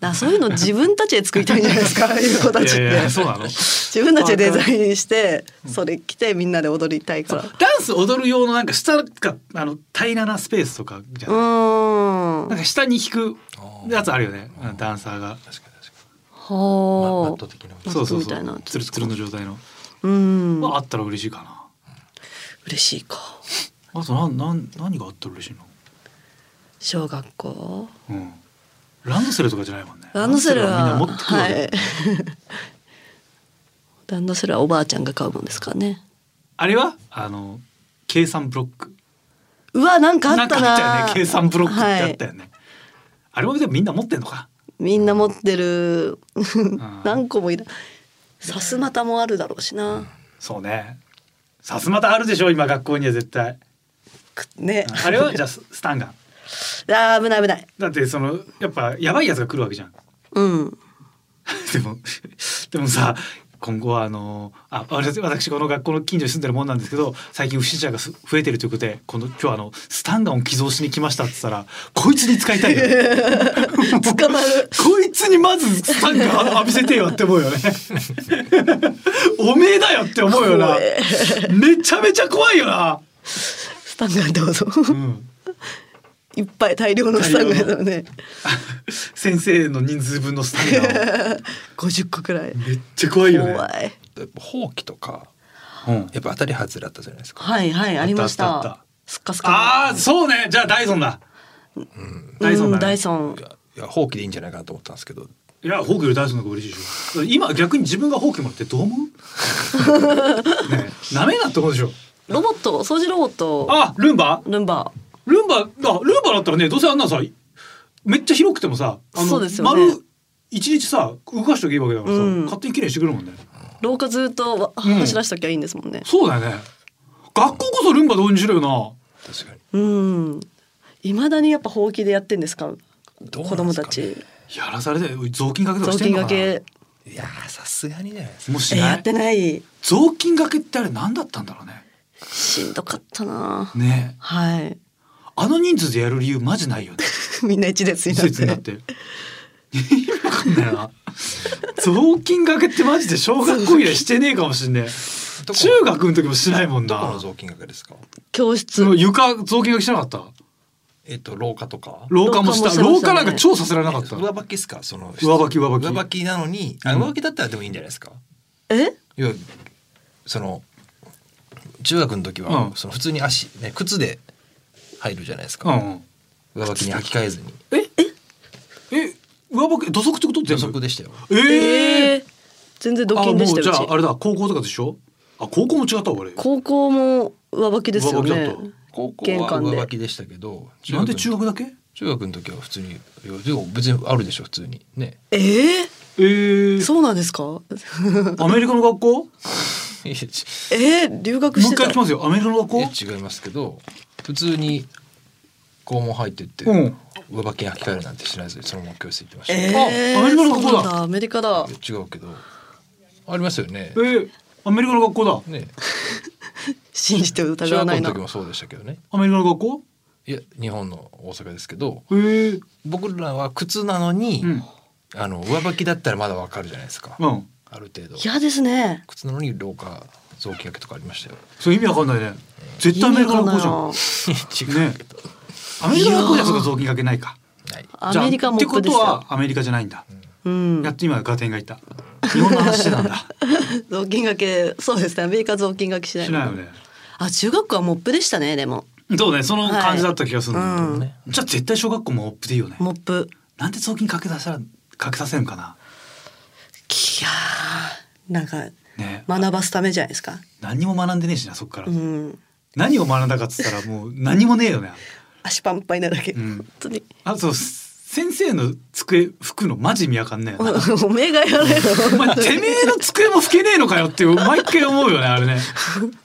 Speaker 4: なそういうの自分たちで作りたいんじゃないですかああいう子たちっ
Speaker 3: い
Speaker 4: て
Speaker 3: やいやそうなの
Speaker 4: 自分たちでデザインしてそれ着てみんなで踊りたいからう
Speaker 3: ダンス踊る用のなんか下があの平らなスペースとかじゃない、
Speaker 4: ーん
Speaker 3: なんか下に引く
Speaker 2: あー
Speaker 3: やつあるよねうんダンサーが
Speaker 2: 確かに確かに。まマ
Speaker 4: ほ
Speaker 2: ット的な。
Speaker 4: マット
Speaker 3: そうそう
Speaker 4: み
Speaker 3: そ
Speaker 4: たいな
Speaker 3: うつるつるの状態の、
Speaker 4: ううん
Speaker 3: はあったら嬉しいかな
Speaker 4: 嬉しいか
Speaker 3: あとなんなん何があったら嬉しいの
Speaker 4: 小学校
Speaker 3: うんランドセルとかじゃないもんね
Speaker 4: ランドセルは
Speaker 3: ランドセルはみんな持ってくるわ
Speaker 4: は
Speaker 3: け、
Speaker 4: い ランドセルはおばあちゃんが買うもんですからね
Speaker 3: あれはあの計算ブロック
Speaker 4: うわなんかあった
Speaker 3: ん
Speaker 4: な
Speaker 3: かあったよね計算ブロックってあった
Speaker 4: はい、
Speaker 3: よね、あれもでもみんな持ってんのか
Speaker 4: みんな持って
Speaker 3: う
Speaker 4: る
Speaker 3: ん
Speaker 4: 何個もいらさすまたもあるだろうしな
Speaker 3: そうねさすまたあるでしょ今学校には絶対
Speaker 4: くね
Speaker 3: あれ はじゃあススタンガン
Speaker 4: あー危ない危ない
Speaker 3: だってそのやっぱやばいやつが来るわけじゃん
Speaker 4: うん
Speaker 3: でもでもさ今後はあのあ私私この学校の近所に住んでるもんなんですけど最近不審者がす増えてるということでこの今日あのスタンガンを寄贈しに来ましたって言ったらこいつに使いたいよね
Speaker 4: 捕まる
Speaker 3: こいつにまずスタンガン浴びせてよって思うよね おめえだよって思うよな
Speaker 4: 怖え
Speaker 3: めちゃめちゃ怖いよな、
Speaker 4: スタンガンどうぞ
Speaker 3: うん
Speaker 4: いっぱい大量のスタンガンだよね
Speaker 3: 先生の人数分のスタンガン を
Speaker 4: 50個くらい
Speaker 3: めっちゃ怖いよね
Speaker 4: 怖い
Speaker 2: やっぱほうきとか
Speaker 3: うん
Speaker 2: やっぱ当たり外れだったじゃないですか。
Speaker 4: はいはいありまし
Speaker 3: あったあったあった
Speaker 4: たすっかすか
Speaker 3: ああそうねじゃあダイソンだ
Speaker 4: う
Speaker 3: ダイソンだ
Speaker 4: ん
Speaker 3: ね
Speaker 4: ダイソン
Speaker 2: いやいやほうきでいいんじゃないかなと思ったんですけど。
Speaker 3: いやホークよりダイソンの方が嬉しいでしょ今逆に自分がホークもらってどう思う ねえなめんなって思うでしょ
Speaker 4: ロボット掃除ロボット
Speaker 3: あルンバ
Speaker 4: ルンバ
Speaker 3: ルンバあルンバだったらねどうせあんなさめっちゃ広くてもさあ
Speaker 4: そ
Speaker 3: の、
Speaker 4: うですよね
Speaker 3: 丸一日さ動かしとけばいいわけだからさ、
Speaker 4: うん
Speaker 3: 勝手に綺麗にしてくれるもんね
Speaker 4: 廊下ずっとわ
Speaker 3: うん
Speaker 4: 走らしときゃいいんですもんね
Speaker 3: そうだよね学校こそルンバ導入しろよな
Speaker 2: 確かに。
Speaker 4: うんいまだにやっぱほうきでやってんですか
Speaker 2: どう
Speaker 4: 子
Speaker 2: なんで
Speaker 4: 供
Speaker 2: す
Speaker 4: た
Speaker 2: かね
Speaker 4: ち
Speaker 3: やらされて雑巾掛けとか
Speaker 4: 雑
Speaker 3: してん
Speaker 4: 巾
Speaker 3: のか
Speaker 4: 掛
Speaker 3: な
Speaker 4: け
Speaker 2: いやーさすがにじゃないですか。
Speaker 3: もうし
Speaker 4: え
Speaker 3: な
Speaker 4: や
Speaker 3: い
Speaker 4: ってない
Speaker 3: 雑巾掛けってあれ何だったんだろうね
Speaker 4: しんどかったな
Speaker 3: ねえ
Speaker 4: はい
Speaker 3: あの人数でやる理由マジないよね
Speaker 4: みんな一列に
Speaker 3: 施設に
Speaker 4: な
Speaker 3: な
Speaker 4: っ
Speaker 3: ってて。わかんないな。雑巾掛けってマジで小学校以来してねえかもしんねえ。
Speaker 2: どこ
Speaker 3: 中学の時もしないもん
Speaker 2: どこ
Speaker 3: な
Speaker 2: の。雑巾掛けですか。
Speaker 4: 教
Speaker 3: そ
Speaker 4: 室
Speaker 3: の床雑巾掛けしてなかった。
Speaker 2: えっと廊下とか。
Speaker 3: 廊下もした。廊
Speaker 4: 廊下も
Speaker 3: 下な
Speaker 4: してましたね
Speaker 3: んか超させられなかった。
Speaker 2: 上履きですかその
Speaker 3: 上履き上履き
Speaker 2: 上履きなのにあ
Speaker 3: うん
Speaker 2: 上履きだったらでもいいんじゃないですか、
Speaker 4: え
Speaker 2: いやその中学の時は、
Speaker 3: うん
Speaker 2: その普通に足、ね、靴で入るじゃないです
Speaker 3: う
Speaker 2: か、
Speaker 3: ん。
Speaker 2: 上履きに履き替えずに
Speaker 3: え、上履き土足ってこと
Speaker 2: 土
Speaker 3: 全
Speaker 2: 足
Speaker 3: 部。
Speaker 2: でしたよ
Speaker 3: ええ。
Speaker 4: えー全然ド
Speaker 3: あ
Speaker 4: キ
Speaker 3: も
Speaker 4: ンでし
Speaker 3: う
Speaker 4: た
Speaker 3: じゃ
Speaker 4: よう
Speaker 3: ああ
Speaker 4: ち
Speaker 3: れだ高校とかでしょ。あ高校も違ったわあれ。
Speaker 4: 高校も上履きですよ
Speaker 3: 上履
Speaker 4: ね
Speaker 3: きだっ
Speaker 2: 高校
Speaker 4: 玄
Speaker 2: は
Speaker 4: 関で
Speaker 2: 上履きでしたけど
Speaker 3: なんで中
Speaker 2: 学の
Speaker 3: 学だけ？
Speaker 2: 中学の時は普通にいやでも別にあるでしょ普通にね
Speaker 4: えー
Speaker 3: ええ。
Speaker 4: そうなんですか
Speaker 3: アメリカの学校？も
Speaker 2: いやち
Speaker 4: えー留
Speaker 3: う
Speaker 4: 学し
Speaker 3: 一
Speaker 4: て
Speaker 3: 回
Speaker 4: た
Speaker 3: 来ますよ。アメリカの学
Speaker 2: い
Speaker 3: 校？
Speaker 2: や違いますけど普通に校門入ってって、
Speaker 3: うん。
Speaker 2: 上履きに履き替えるなんて知らずにそのまま教室行ってました、
Speaker 4: え
Speaker 3: あ
Speaker 4: ー
Speaker 3: アメリカの学校だ
Speaker 4: そうなんアメリカだ
Speaker 2: いや違うけどありますよね
Speaker 3: えー、アメリカの学校だ。
Speaker 2: ね
Speaker 4: 信じて
Speaker 2: 中
Speaker 4: 疑わ
Speaker 2: 学
Speaker 4: な
Speaker 2: 校
Speaker 4: い
Speaker 2: の
Speaker 4: な
Speaker 2: 時もそうでしたけどね
Speaker 3: アメリカの学校？
Speaker 2: いや日本の大阪ですけど
Speaker 3: ええー。
Speaker 2: 僕らは靴なのに、
Speaker 3: うん。
Speaker 2: あの上履きだったらまだわかるじゃないですか、
Speaker 3: うん。
Speaker 2: ある程度
Speaker 4: 嫌ですね
Speaker 2: 靴なのに廊下雑巾掛けとかありましたよ
Speaker 3: それ意味わかんないね。絶対アメリカの学校
Speaker 2: 違
Speaker 3: じゃん。ね。アメリカの学校じゃそこ雑巾掛けないか。
Speaker 2: ない
Speaker 4: アメリカも
Speaker 3: じゃあって
Speaker 4: で
Speaker 3: こと
Speaker 4: すよ
Speaker 3: はアメリカじゃないんだ。
Speaker 4: うん
Speaker 3: やっと今ガテンがいた。日本の話してたんだ。
Speaker 4: 雑巾掛けそうです ねアメリカ雑巾掛けしない
Speaker 3: しないよね。
Speaker 4: あ中学校はモップでしたねでも
Speaker 3: そうね、その感じだった気がするんだけどね
Speaker 2: は
Speaker 3: じゃあ絶対小学校もオップでいいよね。
Speaker 4: モップ
Speaker 3: なんで雑巾掛けさせら掛けさせるんかな。
Speaker 4: いやーなんか
Speaker 3: ね。
Speaker 4: 学ばすためじゃないですか
Speaker 3: 何にも学んでねえしなそっから
Speaker 4: う。ん
Speaker 3: 何を学んだかっつったらもう何もねえよね。
Speaker 4: 足パンパンになるだけ、
Speaker 3: うん
Speaker 4: 本当に
Speaker 3: あと先生の机拭くのマジ見わかんねえな。
Speaker 4: おめえがやれよ
Speaker 3: お前てめえの机も拭けねえのかよって毎回思うよねあれね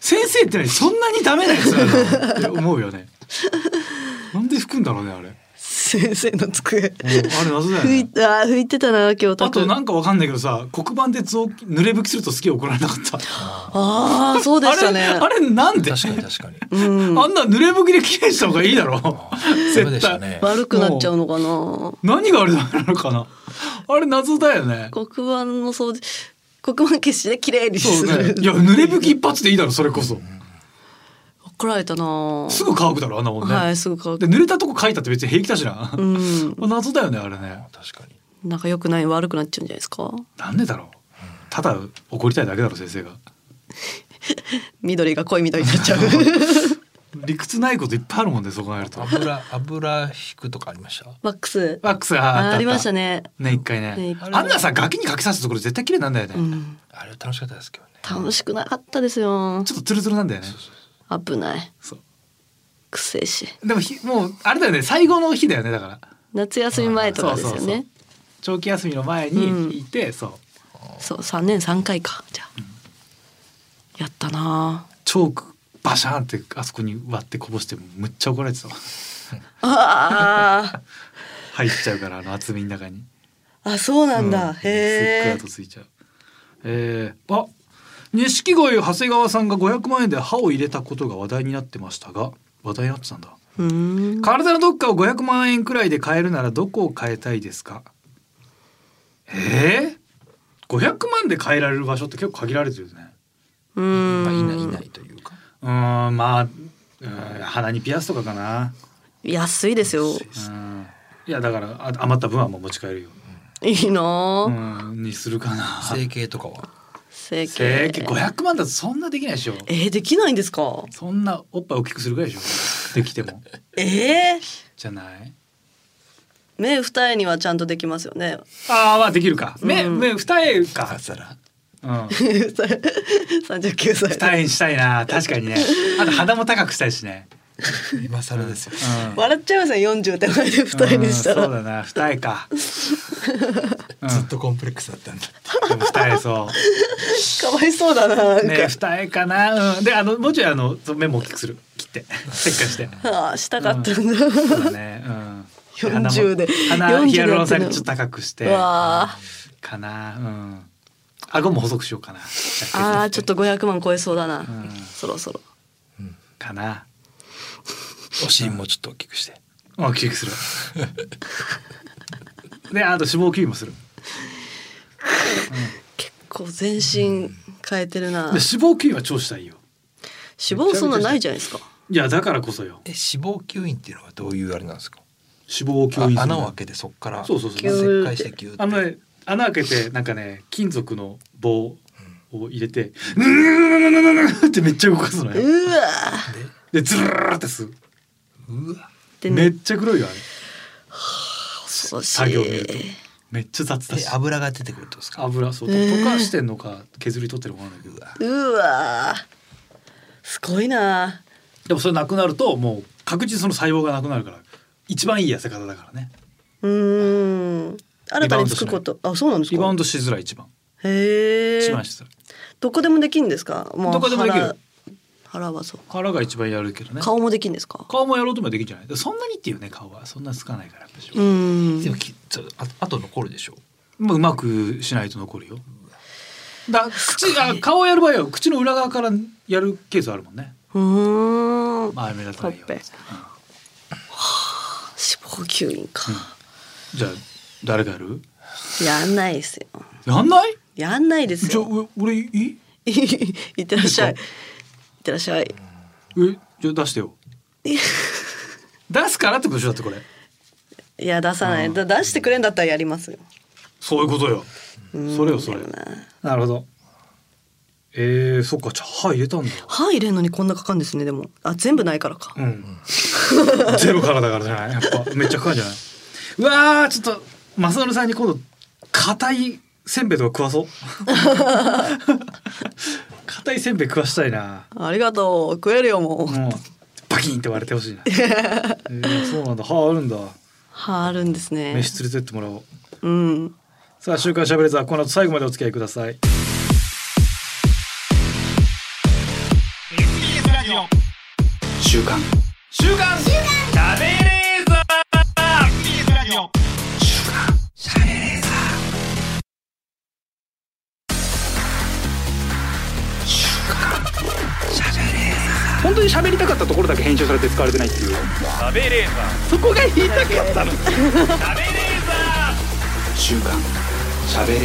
Speaker 3: 先生って何そんなにダメなやつなのって思うよねなんで拭くんだろうねあれ
Speaker 4: 先生の机
Speaker 3: あれ 謎だよ
Speaker 4: 拭い
Speaker 3: ね。
Speaker 4: あー拭いてたな今日
Speaker 3: あ
Speaker 4: た
Speaker 3: となんかわかんないけどさ黒板で図を濡れ拭きすると好き怒られなかった。
Speaker 4: ああそうでしたね
Speaker 3: あれあれなんで
Speaker 2: 確かに確かに。
Speaker 4: うん
Speaker 3: あんな濡れ拭きで綺麗にした方がいいだろ
Speaker 2: そう
Speaker 3: 絶
Speaker 2: でし
Speaker 3: 対、
Speaker 2: たね。
Speaker 4: 悪くなっちゃうのかな
Speaker 3: 何があれなのかなあれ謎だよね
Speaker 4: 黒板の掃除黒板消しで綺麗に
Speaker 3: そ
Speaker 4: す
Speaker 3: うね
Speaker 4: る、
Speaker 3: いや濡れ拭き一発でいいだろそれこそ
Speaker 4: 怒られたな
Speaker 3: すぐ乾くだろあんなもんね、
Speaker 4: はいすぐ乾
Speaker 3: で
Speaker 4: く
Speaker 3: 濡れたとこ書いたって別に平気だしな、
Speaker 4: うん
Speaker 3: 謎だよねあれね
Speaker 2: 確かに。
Speaker 4: なんか良くない悪くなっちゃうんじゃないですか
Speaker 3: なんでだろうただ怒りたいだけだろ先生が
Speaker 4: 緑が濃い緑になっち ゃう
Speaker 3: 理屈ないこといっぱいあるもんねそう考えるとワ
Speaker 2: 油油引くとかありました。
Speaker 4: ワックス
Speaker 3: ックスあ
Speaker 4: あありました
Speaker 3: ね
Speaker 4: ね
Speaker 3: ね一回ね
Speaker 4: ね
Speaker 3: あんなさガキにかけさせたところ絶対綺麗なんだよね、
Speaker 4: うん
Speaker 2: あれ楽しかったですけどね。
Speaker 4: 楽しくなかったですよ
Speaker 3: ちょっとツルツルなんだよね
Speaker 4: 危ない
Speaker 3: そう
Speaker 4: くせえし
Speaker 3: でもひもうあれだよね最後の日だよねだから
Speaker 4: 夏休み前とかですよね
Speaker 3: 長期休みの前
Speaker 4: うん
Speaker 3: にいて、そう
Speaker 4: そう三年三回かじゃあやったな
Speaker 3: チョークバシャーンってあそこに割ってこぼしてむっちゃ怒られてたわ
Speaker 4: ああ
Speaker 3: 入っちゃうからあの厚みの中に
Speaker 4: あそうなん
Speaker 3: う
Speaker 4: だ
Speaker 3: すっごい
Speaker 4: へえ
Speaker 3: 後ついちゃうえー、あ錦鯉長谷川さんが500万円で歯を入れたことが話題になってましたが話題になってたんだ
Speaker 4: うーん
Speaker 3: 体のどっかを500万円くらいで買えるならどこを変えたいですかえー、500万で変えられる場所って結構限られてるよね
Speaker 4: う
Speaker 2: まあいないい
Speaker 4: ー
Speaker 2: なんいというか。
Speaker 3: うーんまあうーん鼻にピアスとかかな。
Speaker 4: 安いですよ
Speaker 3: うんいやだからあ余った分はもう持ち帰るよ。
Speaker 4: いいな
Speaker 3: う
Speaker 4: あ
Speaker 3: んにするかな。
Speaker 2: 整形とかは。
Speaker 4: 整
Speaker 3: 整形
Speaker 4: 形
Speaker 3: 五百万だとそんなできないでしょ。
Speaker 4: えーできないんですか
Speaker 3: そんなおっぱい大きくするぐらいでしょ。できても
Speaker 4: ええ
Speaker 3: じゃない。
Speaker 4: 目二重にはちゃんとできますよね
Speaker 3: ああまあできるか。目、
Speaker 4: うん
Speaker 3: 目二重か。
Speaker 2: 皿。
Speaker 3: うん。
Speaker 4: 三十九歳
Speaker 3: 二重にしたいな確かにね。あと鼻も高くしたいしね。
Speaker 2: 今更ですよ。
Speaker 3: うん。
Speaker 4: 笑っちゃいますね四十手前で 二重にし
Speaker 3: う
Speaker 4: た
Speaker 3: んそうだ
Speaker 4: ら
Speaker 3: な二重か。うん
Speaker 2: ずっとコンプレックスだったんだ。
Speaker 3: でも二重そう。
Speaker 4: かわいそうだななんか、
Speaker 3: ね二重かな、うん、であのもうちょいあのその目も大きくする切って切開して
Speaker 4: ああしたかったん だ、
Speaker 3: そうだね、うん、
Speaker 4: 40で
Speaker 3: 鼻
Speaker 4: 40
Speaker 3: も鼻
Speaker 4: で
Speaker 3: ヒアルロン酸にちょっと高くして
Speaker 4: わあ
Speaker 3: かなうん顎も細くしようかな
Speaker 4: あーちょっと500万超えそうだな、
Speaker 3: ん
Speaker 4: そろそろ
Speaker 3: かな
Speaker 2: お尻もちょっと大きくして。
Speaker 3: 大きくする であと脂肪吸引もする
Speaker 4: 結構全身変えてるな
Speaker 3: で脂肪吸引は超したいよ
Speaker 4: 脂肪そんなないじゃないですか
Speaker 3: いやだからこそよ
Speaker 2: え脂肪吸引っていうのはどういうあれなんですか。
Speaker 3: 脂肪を吸引する
Speaker 2: あ穴を開けてそこから
Speaker 3: そうそうそう
Speaker 2: 切開してギューって
Speaker 3: あのね穴開けてなんかね金属の棒を入れて「ぬぬぬぬぬぬぬ」ってめっちゃ動かすの
Speaker 4: う
Speaker 3: よ。
Speaker 4: わー
Speaker 3: でズルーって吸う。
Speaker 2: うわ
Speaker 4: で
Speaker 3: め
Speaker 4: ね
Speaker 3: っちゃ黒いよあれ。
Speaker 4: 恐ろしい
Speaker 3: 作業見るとめっちゃ雑だ
Speaker 2: で
Speaker 3: し。
Speaker 2: 油が出てくるってことですか。
Speaker 3: 油そう
Speaker 4: え
Speaker 3: 溶
Speaker 4: ー
Speaker 3: かしてんのか削り取ってるのかわかんないけど
Speaker 4: うわーすごいな
Speaker 3: でもそれなくなるともう確実にその細胞がなくなるから一番いい痩せ方だからね
Speaker 4: うーん新たにつくことあそうなんですか
Speaker 3: リバウンドしづらい一番
Speaker 4: へ
Speaker 3: 一
Speaker 4: え
Speaker 3: 番しづらい
Speaker 4: どこでもできるんですかまあ
Speaker 3: どこでもできる
Speaker 4: 腹腹はそう
Speaker 3: 腹が一番やるけどね
Speaker 4: 顔もできるんですか
Speaker 3: 顔もやろうともできるんじゃないでそんなにっていうね顔はそんなつかないからやっぱし
Speaker 4: うーん
Speaker 2: でもきちょああと残るでしょ
Speaker 3: まあ、うまくしないと残るよ。だ口あ顔やる場合は口の裏側からやるケースあるもんね。
Speaker 4: うーん
Speaker 3: まあ目立たないように。
Speaker 4: ほっ脂肪吸引か、
Speaker 3: じゃあ誰がやる？
Speaker 4: やんないですよ
Speaker 3: やんない？
Speaker 4: やんないです
Speaker 3: じゃあ
Speaker 4: よ
Speaker 3: う俺いい？
Speaker 4: いってらっしゃい
Speaker 3: い
Speaker 4: い
Speaker 3: いです
Speaker 4: ってらっしゃい
Speaker 3: えじゃあ出してよ。出すからってことでしょだってこれ。
Speaker 4: いや出さないだ出してくれんだったらやりますよ
Speaker 3: そういうことよ。それよそれ
Speaker 4: でも。な
Speaker 3: なるほど。えー、そっかじゃあ歯入れたんだ。
Speaker 4: 歯入れんのにこんなかかんですねでもあ全部ないからか
Speaker 3: うん。ゼロからだからじゃない。やっぱめっちゃかかるんじゃない。うわーちょっとマサルさんに今度硬いせんべいとか食わそう。硬いせんべい食わしたいな。
Speaker 4: ありがとう食えるよもう、
Speaker 3: もうバキンって割れてほ しいな。えーそうなんだ。歯あるんだ。
Speaker 4: 歯あるんですね
Speaker 3: 飯連れてってもらおう。
Speaker 4: うん
Speaker 3: さあ週刊しゃべれザーこの後最後までお付き合いください。
Speaker 1: 週刊
Speaker 3: 週刊しゃべれザー。
Speaker 1: 本当に喋りたかったところだけ編集されて使われてないっていうそこが言いたかったの週刊しゃべれー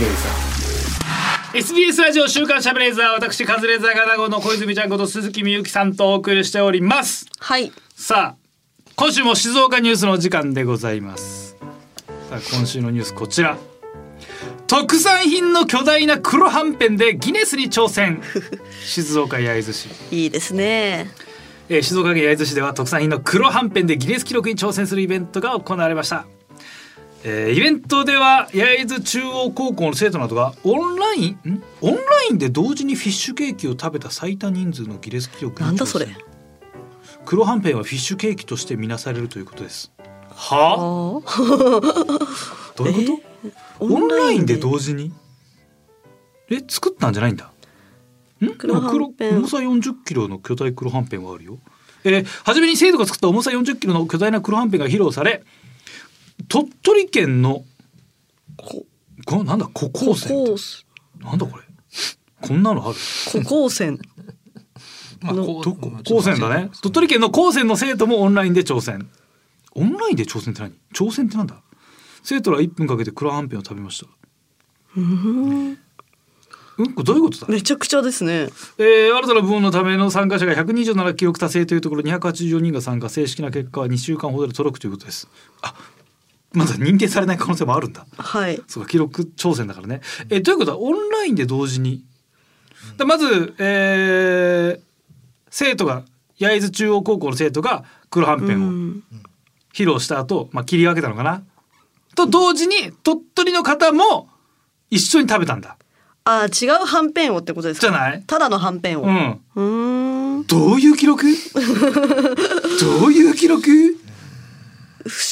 Speaker 1: ザ
Speaker 3: SBS ラジオ週刊しゃべれーザー私カズレーザーがなごの小泉ちゃんこと鈴木みゆきさんとお送りしております
Speaker 4: はい
Speaker 3: さあ今週も静岡ニュースの時間でございますさあ今週のニュースこちら特産品の巨大な黒はんぺんでギネスに挑 戦静岡焼津市
Speaker 4: いいですね
Speaker 3: えー静岡県焼津市では特産品の黒はんぺんでギネス記録に挑戦するイベントが行われました、えーイベントでは焼津中央高校の生徒などがオンラインんオンラインで同時にフィッシュケーキを食べた最多人数のギネス記録に挑戦
Speaker 4: なんだそれ
Speaker 3: 黒はんぺんはフィッシュケーキとして見なされるということですは
Speaker 4: ああ
Speaker 3: あどういうこと、オンラインで同時にえ作ったんじゃないんだん
Speaker 4: 黒はんぺん
Speaker 3: 黒重さ40キロの巨大黒はんぺんはあるよえー、初めに生徒が作った重さ40キロの巨大な黒はんぺんが披露され鳥取県の
Speaker 4: こ
Speaker 3: こなんだ古高
Speaker 4: 高
Speaker 3: 生
Speaker 4: 校
Speaker 3: なんだこれこんなのある
Speaker 4: 高校生
Speaker 2: まあ
Speaker 4: の
Speaker 2: こう
Speaker 3: ど
Speaker 2: まあちょ
Speaker 3: 高
Speaker 2: っと
Speaker 3: 専だね鳥取県の高専の生徒もオンラインで挑戦オンラインで挑戦って何挑戦ってなんだ生徒ら1分かけて黒はんぺんを食べました
Speaker 4: うん
Speaker 3: うんこれどういうことだ
Speaker 4: めちゃくちゃですね
Speaker 3: えー新たな部門のための参加者が127記録達成というところ284人が参加正式な結果は2週間ほどで届くということですあまだ認定されない可能性もあるんだ
Speaker 4: はい
Speaker 3: そうか記録挑戦だからねえーということはオンラインで同時にだまず、えー生徒が焼津中央高校の生徒が黒はんぺ
Speaker 4: うん
Speaker 3: を
Speaker 4: ん
Speaker 3: 披露した後、まあ切り分けたのかなと同時に鳥取の方も一緒に食べたんだ
Speaker 4: あー違うはんぺんをってことですか
Speaker 3: じゃない
Speaker 4: ただのはんぺんを
Speaker 3: う
Speaker 4: うんーん
Speaker 3: どういう記 録どういう記録
Speaker 4: 不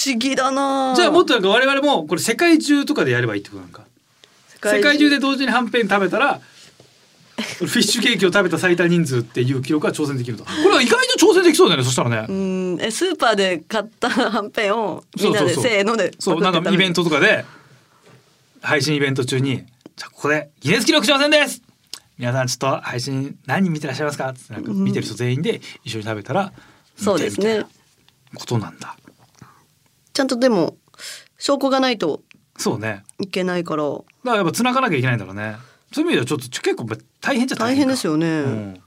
Speaker 4: 思議だな
Speaker 3: じゃあもっとなんか我々もこれ世界中とかでやればいいってことなんか
Speaker 4: 世
Speaker 3: 世界中で同時にはんぺん食べたらフィッシュケーキを食べた最多人数っていう記録は挑戦できるとこれは意外と挑戦できそうだよねそしたらね
Speaker 4: うんえスーパーで買ったはんぺんをみんなで
Speaker 3: そうそうそう
Speaker 4: せーので
Speaker 3: そうなんかイベントとかで配信イベント中に「じゃあここでギネス記録挑戦です!」皆さんちょっと配信何人見てらっしゃいますかってなんか見てる人全員で一緒に食べたら
Speaker 4: そうです
Speaker 3: 見てみ
Speaker 4: ね
Speaker 3: たいなことなんだ
Speaker 4: ちゃんとでも証拠がないと
Speaker 3: そうね
Speaker 4: いけないから
Speaker 3: だからやっぱ繋がなきゃいけないんだろうね。そういう意味ではちょっと結構大変じゃ
Speaker 4: 大変
Speaker 3: か
Speaker 4: ですよね、
Speaker 3: う
Speaker 4: フ
Speaker 3: ん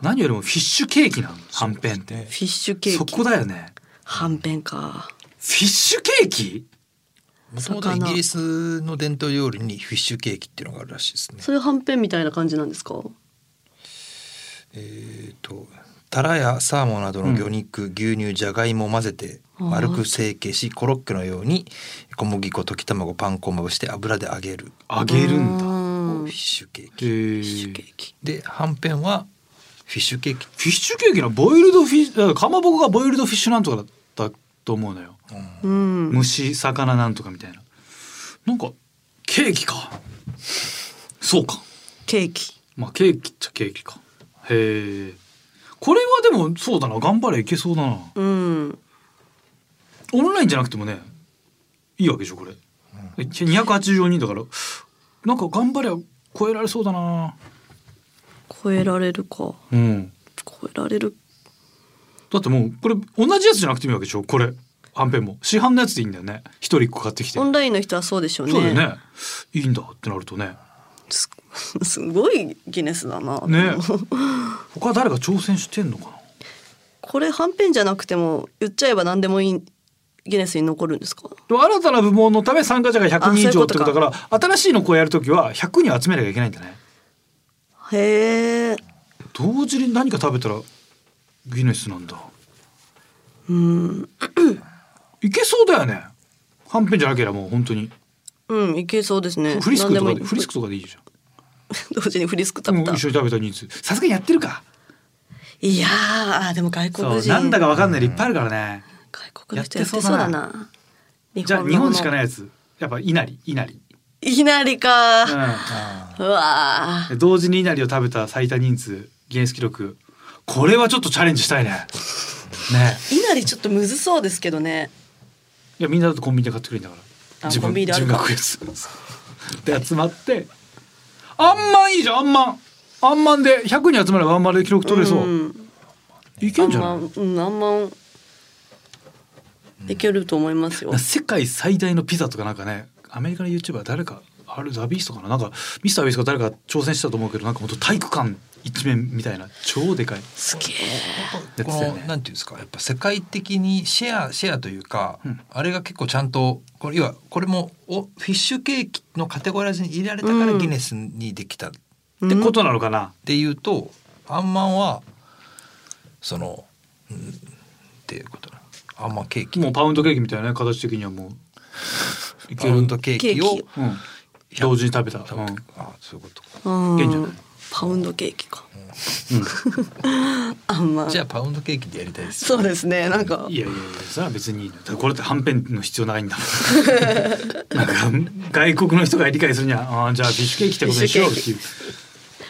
Speaker 3: 何よりもフィッシュケーキなの。はんぺんって。
Speaker 4: ィッシュケ
Speaker 3: そ
Speaker 4: ーキ
Speaker 3: こだよね。
Speaker 4: はんぺんか
Speaker 3: フィッシュケーキ？
Speaker 2: もともとイギリスの伝統料理にフィッシュケーキっていうのがあるらしいですね
Speaker 4: それはんぺんみたいな感じなんですか
Speaker 2: えっ、とタラやサーモンなどの魚肉、牛乳じゃがいもを混ぜて
Speaker 4: あー
Speaker 2: 丸く成形しコロッケのように小麦粉溶き卵パン粉をまぶして油で揚げる
Speaker 3: あげるん
Speaker 4: う
Speaker 3: だ。
Speaker 4: んフ
Speaker 2: フィッ
Speaker 4: ィ
Speaker 2: シュケー
Speaker 3: へ
Speaker 2: キ
Speaker 3: ー
Speaker 4: ッシュ
Speaker 3: フ
Speaker 4: ケ
Speaker 3: ィ
Speaker 4: ーキ
Speaker 2: ではんぺんはフィッシュケーキ、
Speaker 3: ッシュケーキのボイルドフィッシュ、かまぼこがボイルドフィッシュなんとかだったと思うのよ。
Speaker 4: うん
Speaker 3: 虫魚なんとかみたいな。なんかケーキか。そうか。
Speaker 4: ケーキ
Speaker 3: まあケーキっちゃケーキか。へえ。これはでもそうだな。頑張れいけそうだな。
Speaker 4: うん
Speaker 3: オンラインじゃなくてもねいいわけでしょこれ、284人だからなんか頑張りゃ超えられそうだな
Speaker 4: 超えられるか
Speaker 3: うん
Speaker 4: 超えられる
Speaker 3: だってもうこれ同じやつじゃなくてもいいわけでしょこれはんぺんも市販のやつでいいんだよね一人一個買ってきて
Speaker 4: オンラインの人はそうでしょうね
Speaker 3: そうだよねいいんだってなるとね
Speaker 4: す すごいギネスだな
Speaker 3: ね他誰が挑戦してんのかな
Speaker 4: これはんぺんじゃなくても言っちゃえば何でもいいギネスに残るんですか
Speaker 3: でも新たな部門のため参加者が100
Speaker 4: あそう
Speaker 3: 人
Speaker 4: い
Speaker 3: 以
Speaker 4: う
Speaker 3: 上
Speaker 4: こ
Speaker 3: って
Speaker 4: と
Speaker 3: こ
Speaker 4: か
Speaker 3: とだから新しいの子をやるときは100人集めなきゃいけないんだね
Speaker 4: へえ
Speaker 3: 同時に何か食べたらギネスなんだ
Speaker 4: うん
Speaker 3: いけそうだよねはんぺんじゃなければもう本当に
Speaker 4: うんいけそうですね
Speaker 3: フリスクと
Speaker 4: 何
Speaker 3: か
Speaker 4: でもい
Speaker 3: で
Speaker 4: い
Speaker 3: フリスクとかでいいじゃ
Speaker 4: 同時にフリスク
Speaker 3: ん。
Speaker 4: 食べ
Speaker 3: も
Speaker 4: た
Speaker 3: う一緒に食べた人数。さすがにやってるか。
Speaker 4: いやーあーでも外国人
Speaker 3: なんだかわかんないでいっぱいあるからね。
Speaker 4: 外国の人やってそうだな
Speaker 3: じゃあ日本しかない
Speaker 4: い
Speaker 3: やつ。やっぱ稲荷稲荷。
Speaker 4: いなりかー、うわ
Speaker 3: うん。同時に稲荷を食べた最多人数ギネス記録。これはちょっとチャレンジしたいね。ね。
Speaker 4: ーいなりちょっとむずそうですけどね
Speaker 3: いやみんなだとコンビニで買ってくれんだから。
Speaker 4: あコンビニであ
Speaker 3: 自
Speaker 4: る
Speaker 3: 分
Speaker 4: か
Speaker 3: が食うやつ。で集まって。あんまんいいじゃんあんまん。あんまんで100人集まればあんまんで記録取れそう。
Speaker 4: ん
Speaker 3: いけんじゃな
Speaker 4: あ
Speaker 3: んい
Speaker 4: まうんあんまいけると思いますよ、
Speaker 3: 世界最大のピザとかなんかねアメリカの YouTuber 誰かあれザビーストかななんかミスタービーストか誰か挑戦したと思うけどなんか本当体育館一面みたいな超でかい
Speaker 4: すげえ
Speaker 3: やつ
Speaker 2: こ
Speaker 3: だよ
Speaker 2: の
Speaker 3: ね
Speaker 2: なんていうんですかやっぱ世界的にシェアシェアというか、
Speaker 3: うん
Speaker 2: あれが結構ちゃんとこれ要はこれもおフィッシュケーキのカテゴライズに入れられたから
Speaker 4: うん
Speaker 2: ギネスにできたっ
Speaker 3: ってことなのかな、
Speaker 2: ていうと、アンマンはその、うん、っていうことなアンマンケーキ
Speaker 3: もうパウンドケーキみたいなね形的にはもうい
Speaker 2: パウンドケーキを
Speaker 4: ケー
Speaker 3: うん、同時に食べた、
Speaker 2: 食
Speaker 3: う
Speaker 2: べて
Speaker 3: ん
Speaker 2: くあそういうことか
Speaker 4: うん
Speaker 3: いけんじゃない
Speaker 4: パウンドケーキか
Speaker 3: うん
Speaker 4: あんま
Speaker 2: じゃあパウンドケーキでやりたいです
Speaker 4: そうですねなんか
Speaker 3: いやいやいやそれは別にいいのだからこれってはんぺんの必要ないんだもん なんか外国の人が理解するにはあーじゃあフィッシュケーキってことにしようっていう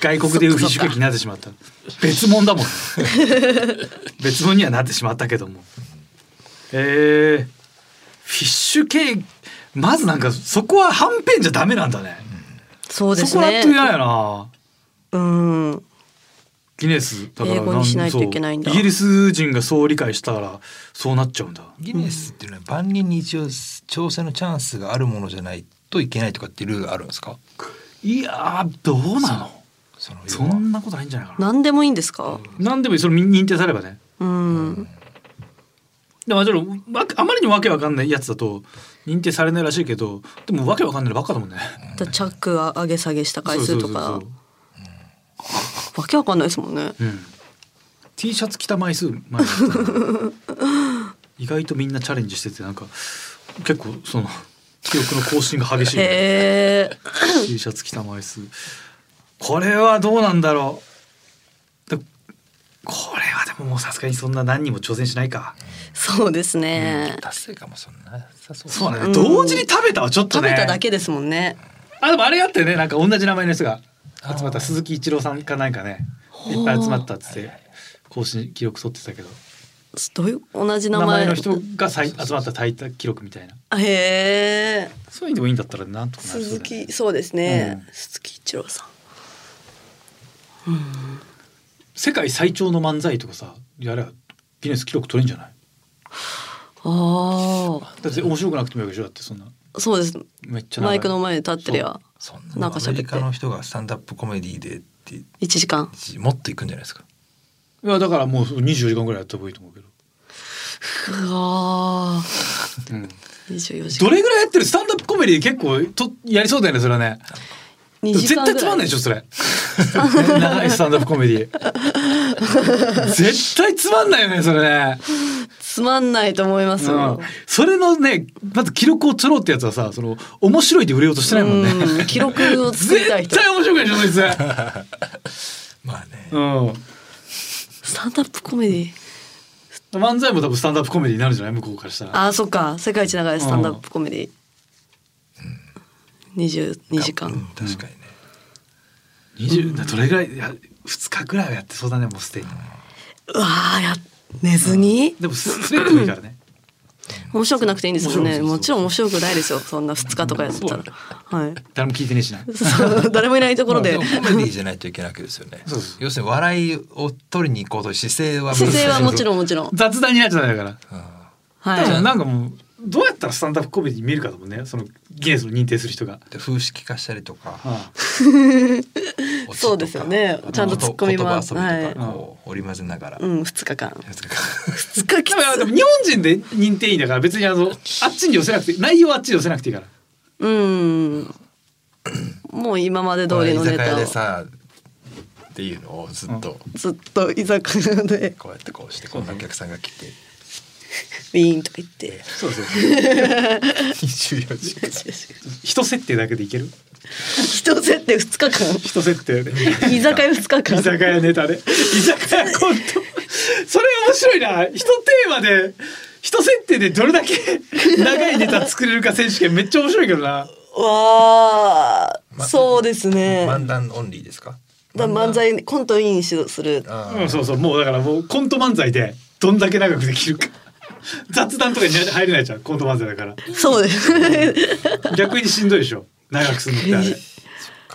Speaker 3: 外国でいうフィッシュケーキになってしまった別物だもん 別物にはなってしまったけどもえー、フィッシュケーキまずなんかそこははんぺんじゃダメなんだね
Speaker 4: そうです
Speaker 3: そこはやっ
Speaker 4: ね
Speaker 3: てみないよな
Speaker 4: うん
Speaker 3: ギネスだから
Speaker 4: 英語にしないと
Speaker 3: そう
Speaker 4: いけないんだ
Speaker 3: イギリス人がそう理解したらそうなっちゃうんだ
Speaker 2: ギネスっていうのは万人に一応挑戦のチャンスがあるものじゃないといけないとかっていうルールあるんですか
Speaker 3: いやーどうなの
Speaker 2: その要
Speaker 3: そ
Speaker 2: は
Speaker 3: んなことないんじゃないかな。
Speaker 4: 何でもいいんですか
Speaker 3: なんでもいいそれ認定されればね。
Speaker 4: うん
Speaker 3: でもちろんわあまりにもわけわかんないやつだと認定されないらしいけど、でもわけわかんないのばっかだもんね。
Speaker 4: だチャックは上げ下げした回数と
Speaker 3: そう
Speaker 4: か
Speaker 3: そうそう
Speaker 4: わけわかんないですもんね
Speaker 3: そう。うん。T シャツ着た枚数前にやったな意外とみんなチャレンジしててなんか結構その記憶の更新が激しいね、
Speaker 4: へえ
Speaker 3: T シャツ着た枚数これはどうなんだろうでこれはでももうさすがにそんな何人も挑戦しないか
Speaker 4: そうですね
Speaker 2: 達成感もそんななさそう
Speaker 3: そうだね
Speaker 4: うん
Speaker 3: 同時に食べたはちょっと
Speaker 4: 食
Speaker 3: ね
Speaker 4: べただけですもんね
Speaker 3: あでもあれやってねなんか同じ名前の人が集まった鈴木一郎さんかなんかねいっぱい集まったっつって更新記録取ってたけど
Speaker 4: どういう同じ名
Speaker 3: 名
Speaker 4: 前
Speaker 3: 前の人がさい集まった最多記録みたいな
Speaker 4: へえ
Speaker 3: そういうのでもいいんだったらなんとかなりそう
Speaker 4: 鈴
Speaker 3: だね
Speaker 4: 木そうですね、
Speaker 3: う
Speaker 4: 鈴木一郎さん
Speaker 3: 世界最長の漫才とかさやればギネス記録取れんじゃない
Speaker 4: あ
Speaker 3: だって面白くなくてもいいわけでしょだってそんな
Speaker 4: あそうです
Speaker 3: めっちゃ長い
Speaker 4: マイクの前に立ってりゃ
Speaker 2: そん
Speaker 4: な
Speaker 2: なん
Speaker 4: か喋って
Speaker 2: アメリカの人がスタンダップコメディでって
Speaker 4: 1時間
Speaker 2: もっといくんじゃないですか
Speaker 3: いやだからもう24時間ぐらいやった方がいいと思うけど、
Speaker 4: うわー
Speaker 3: うん
Speaker 4: 24時間
Speaker 3: どれぐらいやってるスタンダップコメディ結構とやりそうだよねそれはね
Speaker 4: 2
Speaker 3: 絶
Speaker 4: 時間
Speaker 3: 対
Speaker 4: ぐら
Speaker 3: つまんないでしょそれ長いスタンダップコメディ絶対つまんないよねそれね、
Speaker 4: つまんないと思いま
Speaker 3: う
Speaker 4: すよ
Speaker 3: ん、それのねまず記録を取ろうってやつはさその面白いで売れようとしてないもんね
Speaker 4: うん記録を作りたい
Speaker 3: 絶
Speaker 4: 人
Speaker 3: 対面白くないでしょそいつ、
Speaker 2: まあね
Speaker 3: う
Speaker 4: スタンダップコメディ
Speaker 3: ん、漫才も多分スタンダップコメディになるんじゃない向こうからしたら
Speaker 4: あーそっか世界一長いスタンダップコメディ22時間
Speaker 2: うん確かにね、
Speaker 3: 20どれぐらいいや2日ぐらいはやってそうだねもうすでに
Speaker 4: うわーや寝ずに
Speaker 3: でもすべてもいいからね
Speaker 4: 面白くなくていいんですよ
Speaker 3: 面白
Speaker 4: ね
Speaker 3: いです
Speaker 4: もちろん面白くないですよそんな2日とかやってたらはい
Speaker 3: 誰も聞いてねえしな
Speaker 4: そう誰もいないところで
Speaker 2: でもコメディじゃないといけないわけですよね
Speaker 3: そうそう
Speaker 2: 要するに笑いを取りに行こうという姿勢は
Speaker 4: 姿勢はもちろんもちろん
Speaker 3: 雑談になっちゃうんだから
Speaker 4: はい
Speaker 3: だからなんかもうどうやったらスタンダップコメディ見るかだもんねそのギネスの認定する人が。
Speaker 2: で風式化したりとかオチとか
Speaker 4: そうですよねちゃんと突っ込みます
Speaker 2: 言葉遊びとか
Speaker 3: はい
Speaker 2: こう織り交ぜながら、
Speaker 4: うん2日間
Speaker 2: やつが
Speaker 4: 2日き
Speaker 3: でもで
Speaker 4: つ
Speaker 3: も日本人で認定員だから別にあのあっちに寄せなくて内容はあっちに寄せなくて いいから
Speaker 4: うんもう今まで通りの
Speaker 2: 居
Speaker 4: ネ
Speaker 2: 酒屋
Speaker 4: タを
Speaker 2: でさっていうのをずっと
Speaker 4: ずっと居酒屋で
Speaker 2: こうやってこうしてこんなお客さんが来て
Speaker 4: ウィーンとか言って
Speaker 3: そうそうそう
Speaker 2: 24時間
Speaker 3: 一設定だけでいける
Speaker 4: 人設定2日間
Speaker 3: 一設定で
Speaker 4: 居酒屋2日間
Speaker 3: 居酒屋ネタで居酒屋コントそれ面白いな一テーマで一設定でどれだけ長いネタ作れるか選手権めっちゃ面白いけどな
Speaker 4: わあ、そうですね。
Speaker 2: 漫談オンリーですか
Speaker 4: だ漫才コントインしする。
Speaker 2: あ
Speaker 3: うん、そうそうもうだからもうコント漫才でどんだけ長くできるか 雑談とかに入れないじゃんコント漫才だから
Speaker 4: そうです。
Speaker 3: 逆にしんどいでしょ長くするのってあれ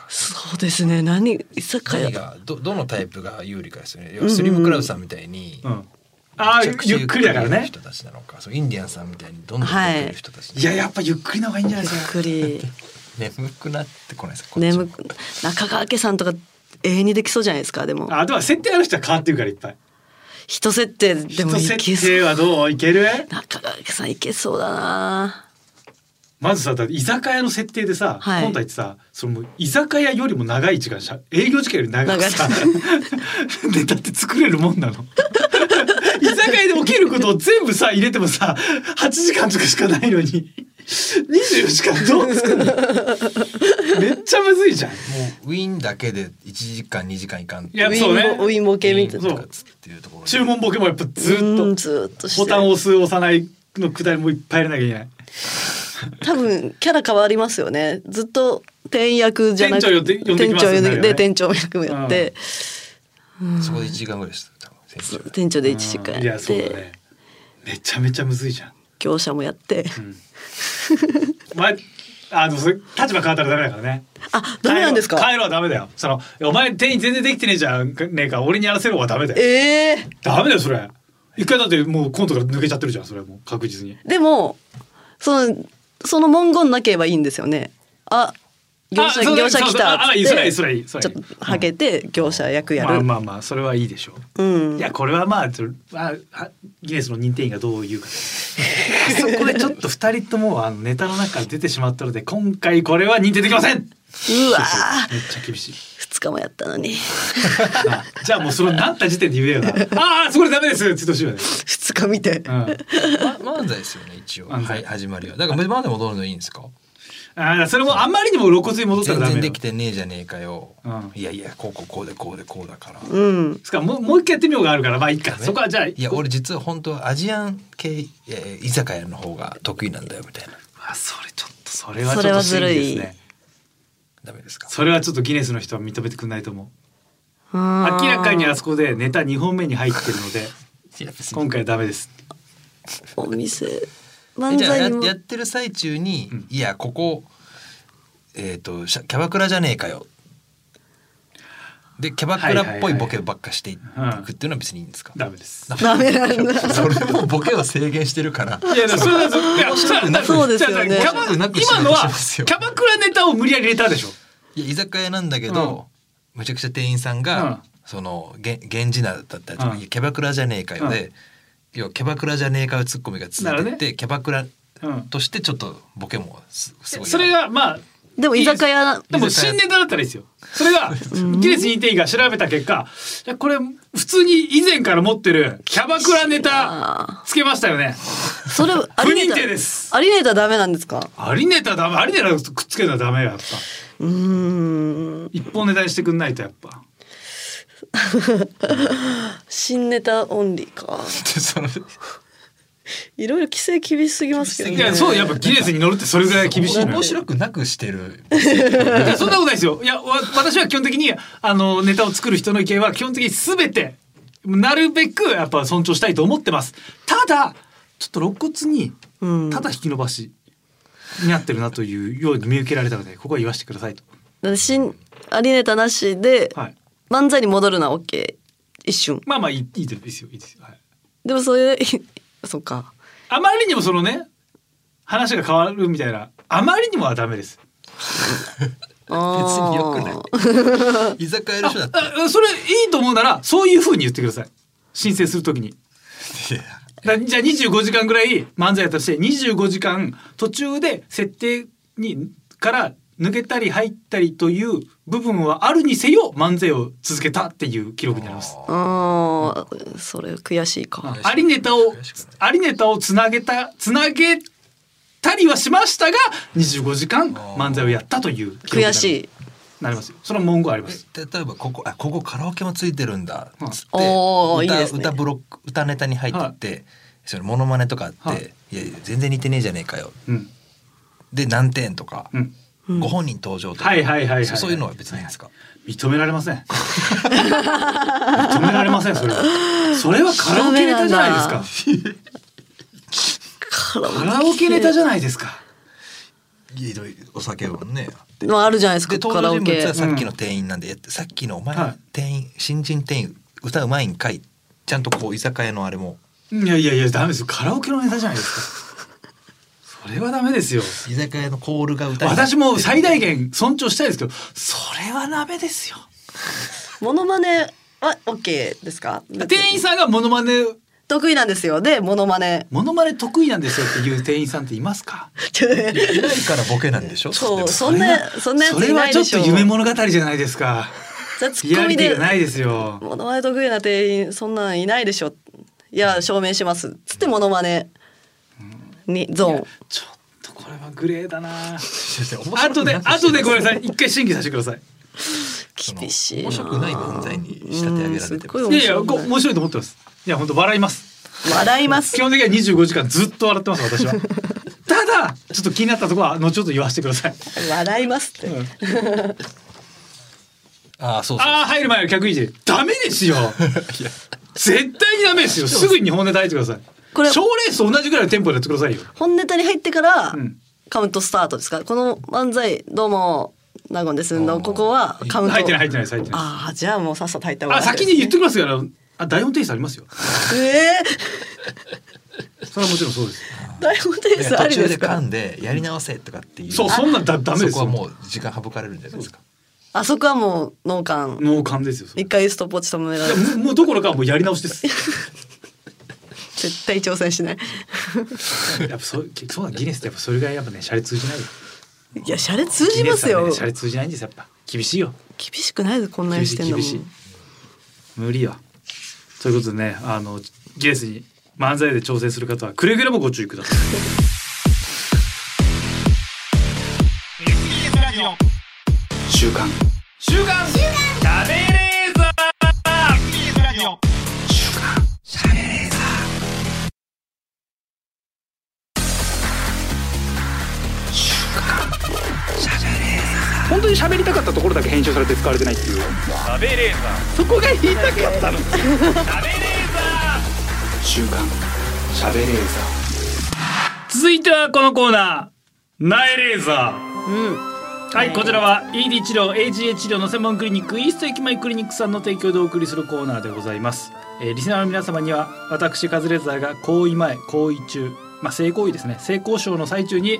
Speaker 4: そうですね何居酒
Speaker 2: 何
Speaker 4: 屋
Speaker 2: がどどのタイプが有利かですよね要はスリムクラウさんみたいに、
Speaker 3: うん、ああ
Speaker 2: めちゃくちゃ
Speaker 3: ゆっくりだから
Speaker 2: ゆっく
Speaker 3: ね
Speaker 2: 人たちなのかそうインディアンさんみたいにどんどん
Speaker 4: はい
Speaker 2: 出てる人たち、
Speaker 3: いややっぱゆっくりの方がいいんじゃな
Speaker 4: ゆ
Speaker 3: い
Speaker 4: っ
Speaker 3: ですか
Speaker 4: くり
Speaker 2: 眠くなってこないですかこっちも
Speaker 4: 眠く中川家さんとか永遠にできそうじゃないですかでも
Speaker 3: あとは設定ある人は変わってるからいっぱい
Speaker 4: 人設定でも
Speaker 3: 人
Speaker 4: いけ
Speaker 3: 設
Speaker 4: そう
Speaker 3: 定はどういける
Speaker 4: 中川家さんいけそうだな
Speaker 3: まずさだって居酒屋の設定でさ、
Speaker 4: はい
Speaker 3: 今度ってさその居酒屋よりも長い時間しゃ営業時間より長くさ ネタって作れるもんなの 居酒屋で起きることを全部さ入れてもさ8時間とかしかないのに24時間どう作 るのめっちゃむずいじゃんも
Speaker 2: ウィーンだけで一時間二時間いかん
Speaker 3: いや
Speaker 4: ウィ
Speaker 3: そうね
Speaker 4: ンボウィンボ系みたい
Speaker 2: ウィ
Speaker 4: な
Speaker 2: ーンとかつっていうところ
Speaker 3: う
Speaker 2: で
Speaker 3: 注文ボケもやっぱずっ
Speaker 4: う
Speaker 3: と
Speaker 4: んずっとして
Speaker 3: ボタンを押す押さないのくだりもいっぱい入れなきゃいけない
Speaker 4: 多分キャラ変わりますよねずっと店員役じゃなく
Speaker 3: 店長よって呼んでき
Speaker 4: 店
Speaker 3: ます
Speaker 4: 長
Speaker 3: よね
Speaker 4: で店長役もやって、
Speaker 2: そこで一時間ぐらいでした多分先週
Speaker 4: 店長で1時間
Speaker 3: い
Speaker 4: や
Speaker 3: や
Speaker 4: っ
Speaker 3: そう
Speaker 4: て、
Speaker 3: だねめちゃめちゃむずいじゃん
Speaker 4: 業者もやって、
Speaker 3: まあ、あのそれ立場変わったらダメだからね。
Speaker 4: あダメなんですか
Speaker 3: 帰ろうはダメだよ。そのお前店員全然できてねえじゃんねえか俺にやらせる方がダメだよ。
Speaker 4: ええ
Speaker 3: ダメだよそれ。一回だってもうコントから抜けちゃってるじゃんそれはもう確実に。
Speaker 4: でもそのその文言なければいいんですよねあ業者
Speaker 3: あそう
Speaker 4: 業者来たっつ
Speaker 3: そうそうあいい
Speaker 4: っ
Speaker 3: それい
Speaker 4: て
Speaker 3: いそれいいそれいい
Speaker 4: ちょっとはけて業者役やる、
Speaker 3: まあまあまあそれはいいでしょう。
Speaker 4: うん
Speaker 3: いやこれはまあちょあはギネスの認定員がどう 言うか。そこでちょっと二人ともあのネタの中から出てしまったので今回これは認定できません。めっ
Speaker 4: うわ
Speaker 3: ちゃ厳しい。
Speaker 4: 2日もやったのに
Speaker 3: あじゃあもうそのなった時点で言えよな。ああそこでダメですって言ってほしいよね。
Speaker 4: 2日見て、
Speaker 3: うん。
Speaker 2: ま漫才ですよね一応は
Speaker 3: 漫才
Speaker 2: い始まりはだからまだ戻るのいいんですか
Speaker 3: ああそれもあんまりにも露骨に戻ったらダ
Speaker 2: 全
Speaker 3: メ
Speaker 2: 然
Speaker 3: よ
Speaker 2: できてねえじゃねえかよ、
Speaker 3: うん
Speaker 2: いやいやこうこうこうでこうでこうだから、
Speaker 4: うん
Speaker 3: つかもうもう一回やってみようがあるからまあいいか、
Speaker 2: ね
Speaker 3: そこはじゃあ
Speaker 2: いや俺実は本当はアジアン系、えー居酒屋の方が得意なんだよみたいな
Speaker 3: あそれちょっとそれはちょっと
Speaker 4: それはずるい
Speaker 3: 真理ですね
Speaker 2: ダメですか
Speaker 3: それはちょっとギネスの人は認めてくれないと思う
Speaker 4: 明
Speaker 3: 明らかにあそこでネタ2本目に入ってるので
Speaker 2: いや別に
Speaker 3: 今回はダメです
Speaker 4: お店
Speaker 2: え
Speaker 4: 漫
Speaker 2: じゃあ
Speaker 4: 才
Speaker 2: や
Speaker 4: にも
Speaker 2: やってる最中に、
Speaker 3: うん
Speaker 2: いやここえっ、としゃキャバクラじゃねえかよでキャバクラっぽいボケばっかしていくっていうのは別にいいんですか、
Speaker 3: ダメです
Speaker 4: ダ メなんだ
Speaker 2: それもボケは制限してるから
Speaker 3: いやでもそれはそいやそれは
Speaker 4: そうですよね
Speaker 3: じゃあじゃあキャバ
Speaker 2: なくし
Speaker 3: 今のは
Speaker 2: なくします
Speaker 3: キ
Speaker 2: よ
Speaker 3: ャバクラネタを無理やり入れたでしょ
Speaker 2: いや居酒屋なんだけど、むちゃくちゃ店員さんが、
Speaker 3: う
Speaker 2: そのげ源氏名だったりとか、
Speaker 3: うん
Speaker 2: いやキャバクラじゃねえかよで、要はキャバクラじゃねえかよツッコミが続い
Speaker 3: な
Speaker 2: て
Speaker 3: るほ
Speaker 2: っ
Speaker 3: ど
Speaker 2: て、キャバクラ
Speaker 3: うん
Speaker 2: としてちょっとボケもすすごい
Speaker 3: それがまあ
Speaker 4: でも居酒屋
Speaker 3: でも新ネタだったらいいですよ。それがギネス認定員が調べた結果、いやこれ普通に以前から持ってるキャバクラネタつけましたよね。
Speaker 4: そ れアリネータ
Speaker 3: 不認定です
Speaker 4: アリネータダメなんですか
Speaker 3: ありネタダメ、ありネタくっつけるのはダメよやっぱ。
Speaker 4: うーん
Speaker 3: 一本ネタにしてくんないとやっぱ。
Speaker 4: 新ネタオンリーか
Speaker 2: で その
Speaker 4: いろいろ規制厳しすぎますけどね
Speaker 3: いやそうやっぱギネスに乗るってそれぐらい厳しいのよ
Speaker 2: 面。白くなくしてる
Speaker 3: いやそんなことないですよ。いやわ私は基本的にあのネタを作る人の意見は基本的にすべてなるべくやっぱ尊重したいと思ってます。ただちょっと露骨に
Speaker 4: うん
Speaker 3: ただ引き伸ばしになってるなというように見受けられたのでここは言わせてくださいと。
Speaker 4: だって新アリネータなしで
Speaker 3: はい。
Speaker 4: 漫才に戻るのは OK 一瞬
Speaker 3: まあまあいいいいですよいいですよ。はい。
Speaker 4: でもそれ でそっか
Speaker 3: あまりにもそのね話が変わるみたいなあまりにもはダメです。
Speaker 4: 別
Speaker 2: 別に良くない居酒屋の人だって
Speaker 3: あそれいいと思うならそういう風に言ってください。申請するときに。
Speaker 2: いや
Speaker 3: だじゃあ25時間ぐらい漫才やったとして25時間途中で設定にから抜けたり入ったりという部分はあるにせよ漫才を続けたっていう記録になります。
Speaker 4: あーそれ悔しいか
Speaker 3: ありネタをありネタをつなげたつなげたりはしましたが25時間漫才をやったという記録にな
Speaker 4: 悔
Speaker 3: る
Speaker 4: しい
Speaker 3: なりますよその文言あります
Speaker 2: え例えばここあここカラオケもついてるんだ
Speaker 3: うん
Speaker 2: つって
Speaker 4: おーいい
Speaker 2: 歌
Speaker 4: ですね
Speaker 2: 歌ブロック歌ネタに入ってって、そのモノマネとかあって、
Speaker 3: はい
Speaker 2: い、やいや全然似てねえじゃねえかよ
Speaker 3: うん
Speaker 2: で何点とか、
Speaker 3: うん
Speaker 4: うん
Speaker 2: ご本人登場とか、
Speaker 3: はいはいはいはい
Speaker 2: そそういうのは別にいいんですか、
Speaker 3: 認められません認められませんそれはそれはカラオケネタじゃないですか
Speaker 4: カ
Speaker 3: カラオケネタじゃないですか。
Speaker 2: いろいろお酒もね
Speaker 4: まああるじゃないですか
Speaker 2: で
Speaker 4: カラオ
Speaker 2: 登場人物
Speaker 4: ケ
Speaker 2: はさっきの店員なんで、さっきのお前、
Speaker 3: はい
Speaker 2: 店員新人店員歌うまいんかいちゃんとこう居酒屋のあれも
Speaker 3: いやいやいやダメですよカラオケのネタじゃないですかそれはダメですよ
Speaker 2: 居酒屋のコールが歌えない
Speaker 3: 私も最大限尊重したいですけどそれはダメですよ
Speaker 4: モノマネはオッケーですか
Speaker 3: 店員さんがモノマネ
Speaker 4: 得意なんですよでモノマネ
Speaker 3: モノマネ得意なんですよっていう店員さんっていますか
Speaker 2: いないからボケなんでしょ
Speaker 4: そう
Speaker 2: でも
Speaker 4: そんなそんなやつ
Speaker 3: それ
Speaker 4: いな
Speaker 3: はいちょっ
Speaker 4: でしょ
Speaker 3: と夢物語じゃないですか
Speaker 4: じゃあツ
Speaker 3: リ
Speaker 4: ッ
Speaker 3: ア
Speaker 4: コ
Speaker 3: リ
Speaker 4: ミ
Speaker 3: ティ
Speaker 4: で
Speaker 3: がないですよ
Speaker 4: モノマネ得意な店員そんなんいないでしょいや証明しますつってモノマネにゾーン
Speaker 3: ちょっとこれはグレーだな
Speaker 2: 先生面白く
Speaker 3: 後で
Speaker 2: なくし て
Speaker 3: 後でごめんなさい一回審議させてください
Speaker 2: その
Speaker 4: 厳しいな
Speaker 2: 面白くない漫才に仕立て上げられ
Speaker 4: うん
Speaker 2: て
Speaker 4: すっ
Speaker 2: ま
Speaker 4: ご
Speaker 2: す
Speaker 3: い
Speaker 4: い
Speaker 3: やいやこ面白いと思ってますいや本当笑います
Speaker 4: 笑います
Speaker 3: 基本的には25時間ずっと笑ってます私はただちょっと気になったところは後ほど言わせてください、
Speaker 4: 笑いますって、
Speaker 3: うん
Speaker 2: ああそうそう
Speaker 3: ああ入る前の客いじりダメですよ絶対にダメですよすぐに日本ネタ入ってください
Speaker 4: これ
Speaker 3: 賞レースと同じぐらいのテンポでやってくださいよ
Speaker 4: 本ネタに入ってから、
Speaker 3: うん
Speaker 4: カウントスタートですかこの漫才どうもナゴンです
Speaker 2: お
Speaker 4: の
Speaker 2: ー
Speaker 4: ここはカウント
Speaker 3: 入ってない入ってないです入ってないです
Speaker 4: ああじゃあもうさっさと入った方が
Speaker 3: あ先に言ってきますからあ台本提出ありますよ
Speaker 4: え
Speaker 3: それはもちろんそうです
Speaker 4: えー、 台本テイ
Speaker 2: いや
Speaker 4: ストあ
Speaker 2: 途
Speaker 4: り
Speaker 2: 中
Speaker 4: で
Speaker 2: です噛
Speaker 4: か
Speaker 2: んでやり直せとかっていう
Speaker 3: そうそんなんだダメです
Speaker 2: そ
Speaker 3: よ
Speaker 2: こはもう時間省かれるんじゃないですか
Speaker 4: あそこはもう脳幹
Speaker 3: 脳幹ですよそれ
Speaker 4: 一回ストップウォッチ止められる
Speaker 3: いやもうもうどころかもうやり直しです
Speaker 4: 絶対挑戦しない
Speaker 3: やっぱそうそうなんギネスってやっぱそれぐらいやっぱねシャレ通じないよ
Speaker 4: いやシャレ通じますよ、
Speaker 3: ギネスはねシャレ通じないんですよやっぱ厳しいよ
Speaker 4: 厳しくないですこんな
Speaker 3: 厳
Speaker 4: に
Speaker 3: し
Speaker 4: し
Speaker 3: い
Speaker 4: てんの
Speaker 3: 厳
Speaker 4: も
Speaker 3: しい無理よということでねあのギネスに漫才で挑戦する方はくれぐれもご注意ください週刊週刊食べれーザ
Speaker 1: 本当に喋りたかったところだけ編集されて使われてないっていう食べれーザそこが言いたかったの食べれーザ週刊喋れーザ
Speaker 3: ー続いてはこのコーナーナイレーザー
Speaker 4: うん
Speaker 3: はい、こちらは ED 治療 AGA 治療の専門クリニックイースト駅前クリニックさんの提供でお送りするコーナーでございます、えーリスナーの皆様には私カズレーザーが行為前行為中まあ性行為ですね性交渉の最中に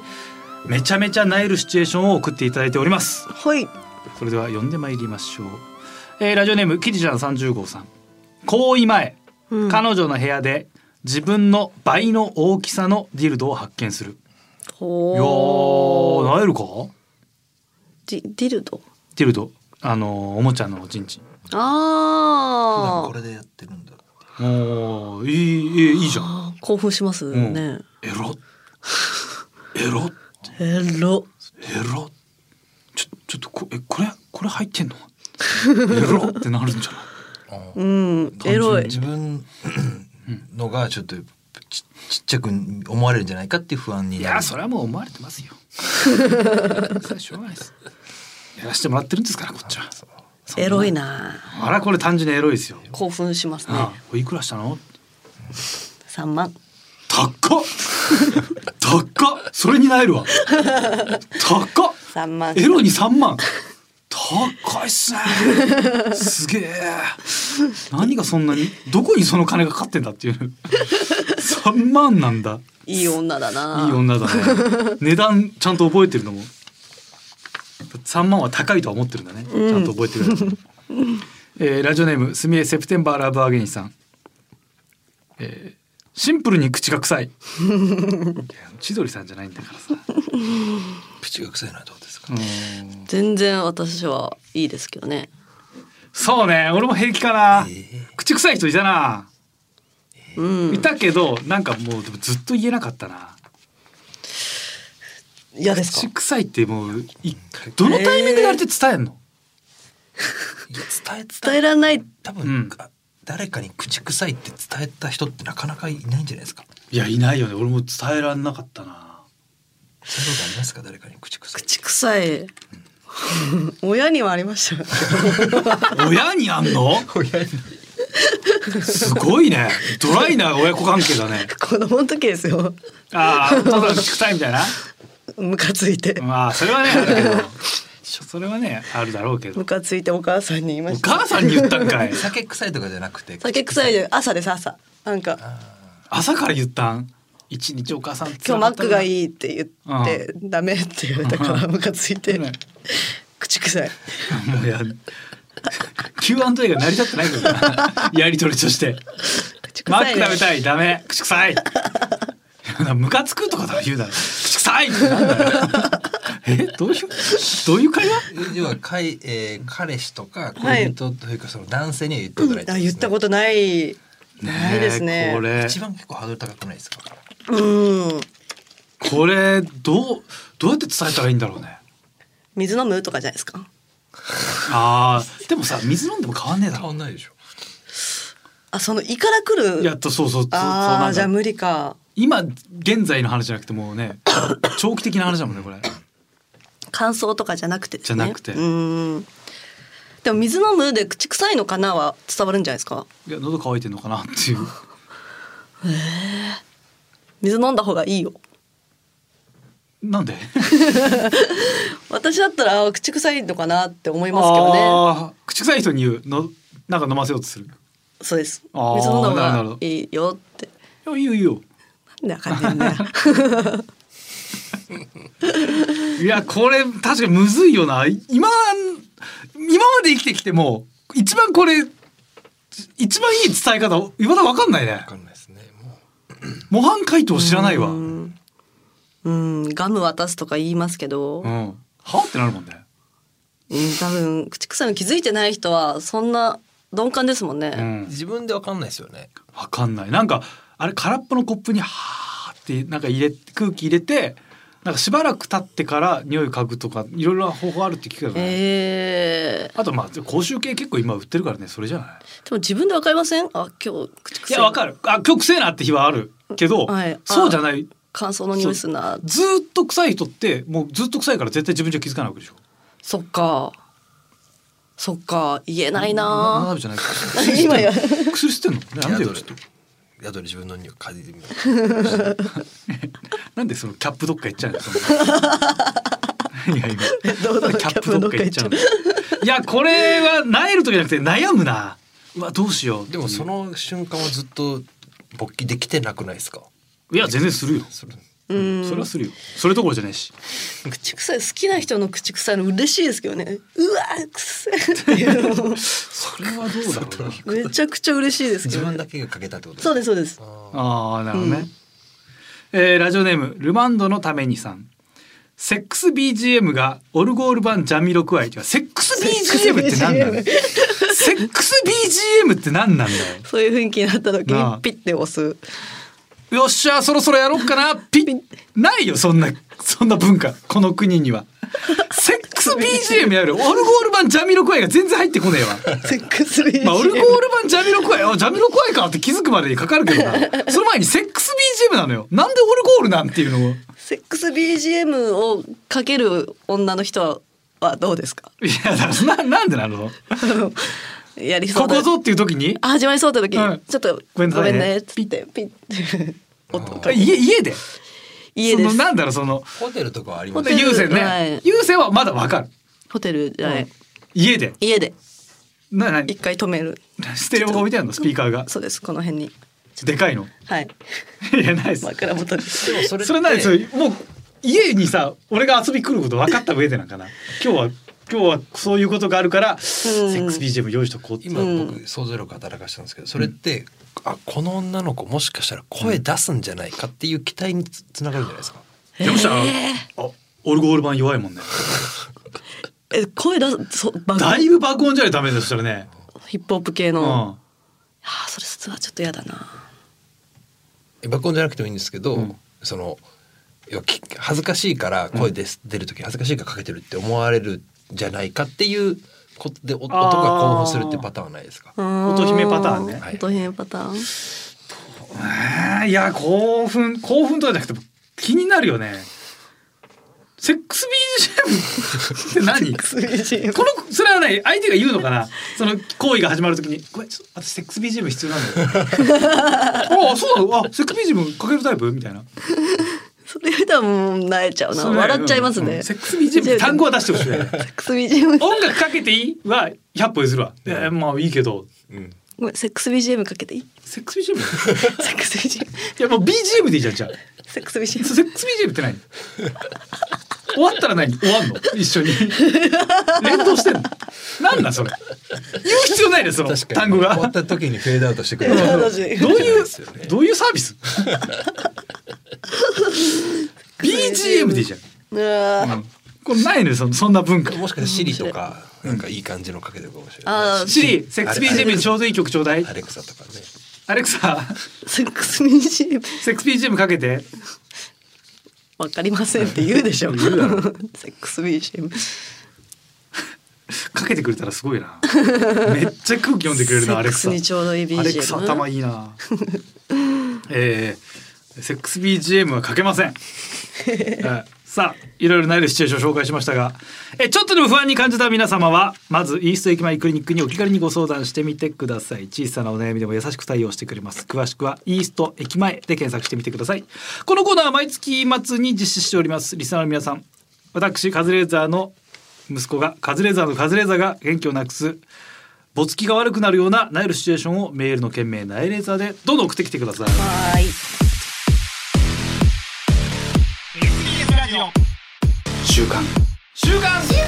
Speaker 3: めちゃめちゃなえるシチュエーションを送っていただいております
Speaker 4: はい
Speaker 3: それでは呼んでまいりましょう、えーラジオネームキリちゃん30号さん行為前、
Speaker 4: うん
Speaker 3: 彼女の部屋で自分の倍の大きさのディルドを発見するいや
Speaker 4: ほ
Speaker 3: ー
Speaker 4: ー
Speaker 3: なえるか
Speaker 4: ディディルド
Speaker 3: ディルドあのーおもちゃのおちんちん
Speaker 2: 普段
Speaker 4: あ
Speaker 2: これでやってるんだ
Speaker 3: おーいいいいいいじゃん
Speaker 4: あ興奮します
Speaker 3: ん
Speaker 4: ね、
Speaker 2: エロエロ
Speaker 4: エロ
Speaker 2: エロ
Speaker 3: ちょちょっとこえこれこれ入ってんのエロってなるんじゃない
Speaker 4: うんエロい
Speaker 2: 自分のがちょっとちちっちゃく思われるんじゃないかっていう不安に
Speaker 3: い
Speaker 2: なる
Speaker 3: やそれはもう思われてますよそれはしょうがないですやらしてもらってるんですからこっちは
Speaker 4: エロいな
Speaker 3: あらこれ単純にエロいですよ
Speaker 4: 興奮しますね
Speaker 3: ああこれいくらしたの
Speaker 4: 三万
Speaker 3: 高っ高っそれになえるわ高っ
Speaker 4: 三万
Speaker 3: エロに3万高いっすねすげえ何がそんなにどこにその金がかかってんだっていう3万なんだ
Speaker 4: いい女だない
Speaker 3: い女だね値段ちゃんと覚えてるのも3万は高いとは思ってるんだね、ちゃんと覚えてるからえーラジオネームすみえセプテンバーラブアゲインさん、えーシンプルに口が 臭いいや千鳥さんじゃないんだからさ
Speaker 2: 口が臭いのはどうですか、
Speaker 3: うん
Speaker 4: 全然私はいいですけどね
Speaker 3: そうね俺も平気かな、
Speaker 2: えー
Speaker 3: 口臭い人いたな、
Speaker 4: うん
Speaker 3: いたけどなんかもうでもずっと言えなかったな
Speaker 4: 嫌です
Speaker 3: 口
Speaker 4: か
Speaker 3: 臭いってもういどのタイミングであれって伝えんの、
Speaker 2: 伝え
Speaker 4: 伝えられない
Speaker 2: 多
Speaker 3: うん
Speaker 2: 分、あ誰かに口臭いって伝えた人ってなかなかいないんじゃないですか
Speaker 3: いやいないよね俺も伝えられなかった な
Speaker 2: そういうことありますか誰かに口臭い
Speaker 4: 口臭い親にはありました
Speaker 3: 親にあんの
Speaker 2: 親に
Speaker 3: すごいねドライな親子関係だね
Speaker 4: 子供の時ですよ
Speaker 3: ああお父さん口臭いみたいな
Speaker 4: ムカついて
Speaker 3: まあそれはねあるけどそれはねあるだろうけど
Speaker 4: ムカつい てお母さんに言いま
Speaker 3: お
Speaker 4: した
Speaker 3: 母さんに言ったんかい
Speaker 2: 酒臭いとかじゃなくて
Speaker 4: 酒臭いで朝です朝なんか
Speaker 3: 朝から言ったん一日お母さん
Speaker 4: 今日マックが
Speaker 3: い
Speaker 4: いいって言ってダメって言われたからムカついて
Speaker 3: ね
Speaker 4: 口臭い
Speaker 3: もうや Q&A が成り立ってないからな やり取りとして
Speaker 4: 口
Speaker 3: マッ
Speaker 4: 臭い
Speaker 3: ク
Speaker 4: ね
Speaker 3: 食べたいダメ口臭い いやムカつくとかだろ言うだろ口臭いってなんだよ えどういうどういう会話
Speaker 2: 要はかい、えー、彼氏とか恋人というかその男性には言っておいただいて、
Speaker 4: あ言ったことないないですね
Speaker 3: えこれ
Speaker 2: 一番結構ハードル高くないですか
Speaker 4: うん
Speaker 3: これどうどうやって伝えたらいいんだろうね
Speaker 4: 水飲むとかじゃないですか
Speaker 3: あーでもさ水飲んでも変わんねえだ
Speaker 2: 変わ
Speaker 3: ろ
Speaker 2: んないでしょ
Speaker 4: あその胃から来
Speaker 3: いや
Speaker 4: る
Speaker 3: っとそうそうそうそう
Speaker 4: あ
Speaker 3: な
Speaker 4: あ
Speaker 3: ん
Speaker 4: じゃ
Speaker 3: だ
Speaker 4: あ無理か
Speaker 3: 今現在の話じゃなくてもうね長期的な話だもんねこれ
Speaker 4: 乾燥とかじゃなくてですね
Speaker 3: じゃなくて
Speaker 4: うんでも水飲むで口臭いのかなは伝わるんじゃないですか
Speaker 3: いや喉乾いてんのかなっていう
Speaker 4: 水飲んだ方がいいよ
Speaker 3: なんで
Speaker 4: 私だったらあー口臭いのかなって思いますけどね
Speaker 3: あー口臭い人に言うのなんか飲ませようとするい
Speaker 4: そうです水
Speaker 3: あー
Speaker 4: 飲んだ方
Speaker 3: なるほど
Speaker 4: がいいよって
Speaker 3: やいいよいいよ
Speaker 4: なんだ感じね
Speaker 3: いやこれ確かにむずいよな今今まで生きてきても一番これ一番いい伝え方今まだ分かんないね
Speaker 2: 分かんないですねも
Speaker 3: 模
Speaker 2: う
Speaker 3: 範解答知らないわうん
Speaker 4: んうんガム渡すとか言いますけど、うん、
Speaker 3: はあってなるもんね
Speaker 4: 多分口臭いの気づいてない人はそんな鈍感ですもんね、
Speaker 3: うん
Speaker 2: 自分で分かんないですよね
Speaker 3: 分かんないなんかあれ空っぽのコップにはーってなんか入れ空気入れてなんかしばらく経ってから匂い嗅ぐとかいろいろな方法あるって聞くけどね、
Speaker 4: え
Speaker 3: あとまあ口臭系結構今売ってるからねそれじゃない
Speaker 4: ー、でも自分でわかりませんあ今日口
Speaker 3: い
Speaker 4: 臭い
Speaker 3: やわかるあ今日臭えなって日はあるけど、
Speaker 4: はい
Speaker 3: そうじゃない
Speaker 4: 乾燥の匂いするな
Speaker 3: ずーっと臭い人ってもうずっと臭いから絶対自分じゃ気づかないわけでしょ
Speaker 4: そっかそっか言えない
Speaker 3: な
Speaker 4: な
Speaker 3: 鍋じゃない
Speaker 4: 今や
Speaker 3: 薬吸ってんのねなんでよちょっと
Speaker 2: 宿で自分の匂い嗅いでみる
Speaker 3: なんでそのキャップどっか行っちゃうのその何が今
Speaker 4: どうだろう
Speaker 3: キャップどっか行っちゃうのいやこれは萎える時じゃなくて悩むなうわどうしようってい
Speaker 2: で
Speaker 3: う
Speaker 2: もその瞬間はずっと勃起できてなくないですか
Speaker 3: いや全然するよ
Speaker 2: そ れ
Speaker 4: うん
Speaker 3: それはするよそれどころじゃないし
Speaker 4: 口臭い好きな人の口臭いの嬉しいですけどねうわーくせーっていうの
Speaker 3: それはどうだろうな
Speaker 4: めちゃくちゃ嬉しいですけ
Speaker 2: 自
Speaker 4: ど
Speaker 2: 分だけがかけたってこと
Speaker 4: そうですすそうです
Speaker 3: ああなるほどね、
Speaker 4: うん
Speaker 3: えーラジオネームルマンドのためにさんセックス BGM がオルゴール版ジャミロクワイってかセックス BGM って何なんだよセックス BGM って何なんだよ
Speaker 4: そういう雰囲気になった時
Speaker 3: なあ
Speaker 4: にピッて押す
Speaker 3: よっしゃそろそろやろうかなピッないよそんなそんな文化この国にはセックス BGM やるオルゴール版ジャミロクワイが全然入ってこねえわ
Speaker 4: セックス BGM、
Speaker 3: まあ、オルゴール版ジャミロクワイあジャミロクワイかって気づくまでにかかるけどなその前にセックス BGM なのよなんでオルゴールなんていうのを
Speaker 4: セックス BGM をかける女の人はどうですか
Speaker 3: いやだからななんでなの
Speaker 4: やりそ
Speaker 3: こ
Speaker 4: うだ
Speaker 3: こぞっていう時に
Speaker 4: あ始まりそうだった時、
Speaker 3: うん
Speaker 4: ちょっと
Speaker 3: ご
Speaker 4: ご
Speaker 3: め
Speaker 4: め
Speaker 3: ん
Speaker 4: ん
Speaker 3: なさいね
Speaker 4: ねっつってピッて音
Speaker 3: 家家で
Speaker 4: 家で
Speaker 3: その
Speaker 4: す
Speaker 3: なんだろうその
Speaker 2: ホテルとかはありま
Speaker 4: ホ
Speaker 2: す
Speaker 4: テル
Speaker 3: 優先
Speaker 4: は
Speaker 3: ね
Speaker 4: い
Speaker 3: 優先はまだわかる
Speaker 4: ホテルじゃない、
Speaker 3: 家で
Speaker 4: 家で
Speaker 3: なな
Speaker 4: 一回止める
Speaker 3: ステレオが置いてあるのスピーカーが
Speaker 4: そうですこの辺に
Speaker 3: でかいの
Speaker 4: はい
Speaker 3: いやないです
Speaker 4: 枕元に
Speaker 2: そ
Speaker 3: それないそれもう家にさ俺が遊び来ること分かった上でなんかな今日は今日はそういうことがあるからセックス BGM 用意しとこうって
Speaker 2: 今僕想像力働かしたんですけどそれって、あこの女の子もしかしたら声出すんじゃないかっていう期待につつながるんじゃないですか、
Speaker 3: でもしたらあオルゴール版弱いもんね
Speaker 4: え声出すそう バ
Speaker 3: だいぶ爆音じゃないとダメだよそしたらね
Speaker 4: ヒップホップ系
Speaker 3: う
Speaker 4: の、あ
Speaker 3: ん
Speaker 4: ーそれ実はちょっと嫌だな
Speaker 2: え爆音じゃなくてもいいんですけど、
Speaker 3: うん
Speaker 2: その要はき恥ずかしいから声で、出る時恥ずかしいからかけてるって思われるんじゃないかっていうことでお男が興奮するってパターンはないですか
Speaker 4: うーん
Speaker 3: 乙姫パターンね
Speaker 2: はい
Speaker 4: 乙姫パターン
Speaker 3: えーいや興奮興奮とかじゃなくて気になるよねセックス BGM って何こ
Speaker 4: BGM
Speaker 3: のそれはね相手が言うのかなその行為が始まるときに「ごめんちょっと私セックス BGM 必要なんだよ」ああそうなのあセックス BGM かけるタイプ?」みたいな
Speaker 4: それではもう慣れちゃうな
Speaker 3: それ
Speaker 4: 笑っちゃいます
Speaker 3: う
Speaker 4: ね
Speaker 3: んセックス BGM 単語は出してほしいよね
Speaker 4: セックス BGM
Speaker 3: 音楽かけていいは100歩譲るわ、えーまあいいけど
Speaker 2: うん
Speaker 4: ごめんセックス BGM かけていい
Speaker 3: セックス BGM
Speaker 4: セックス BGM
Speaker 3: いやもう BGM でいいじゃんじゃあ
Speaker 4: セックス BGM
Speaker 3: セックス BGM って何終わったら何終わんの一緒に連動してんのなんなんそれ言う必要ないですその
Speaker 2: 確かに
Speaker 3: 単語が
Speaker 2: 終わった時にフェードアウ トしてくれ
Speaker 4: フェードアウ
Speaker 2: る
Speaker 4: ト
Speaker 3: どういう、どういうサービス ?BGM でいいじゃん。
Speaker 4: うわー
Speaker 3: これないのよそのそんな文化。
Speaker 2: もしかしてシリとかなんかいい感じのかけてるかもしれな
Speaker 4: あ
Speaker 2: いし
Speaker 4: ー
Speaker 3: シリ、セックス BGM にちょうどいい曲ちょうだい
Speaker 2: ア。レクサとかね
Speaker 3: アレクサ、
Speaker 4: セックス BGM
Speaker 3: セックス BGM かけて。
Speaker 4: わかりませんって言うでしょ セ
Speaker 3: 言うだろ
Speaker 4: ックス BGM
Speaker 3: かけてくれたらすごいな。めっちゃ空気読んでくれるな、アレク
Speaker 4: セ
Speaker 3: サ。
Speaker 4: ックスにちょうどいい BGM
Speaker 3: アレクサ頭いいな。えー、セックス BGM はかけません。はいさあいろいろなるシチュエーションを紹介しましたがえちょっとでも不安に感じた皆様はまずイースト駅前クリニックにお気軽にご相談してみてください小さなお悩みでも優しく対応してくれます詳しくはイースト駅前で検索してみてくださいこのコーナーは毎月末に実施しておりますリスナーの皆さん私カズレーザーの息子がカズレーザーのカズレーザーが元気をなくすぼつきが悪くなるようななえるシチュエーションをメールの件名なえレーザーでどんどん送ってきてください
Speaker 4: はーい
Speaker 1: 週刊
Speaker 3: 週刊食べレ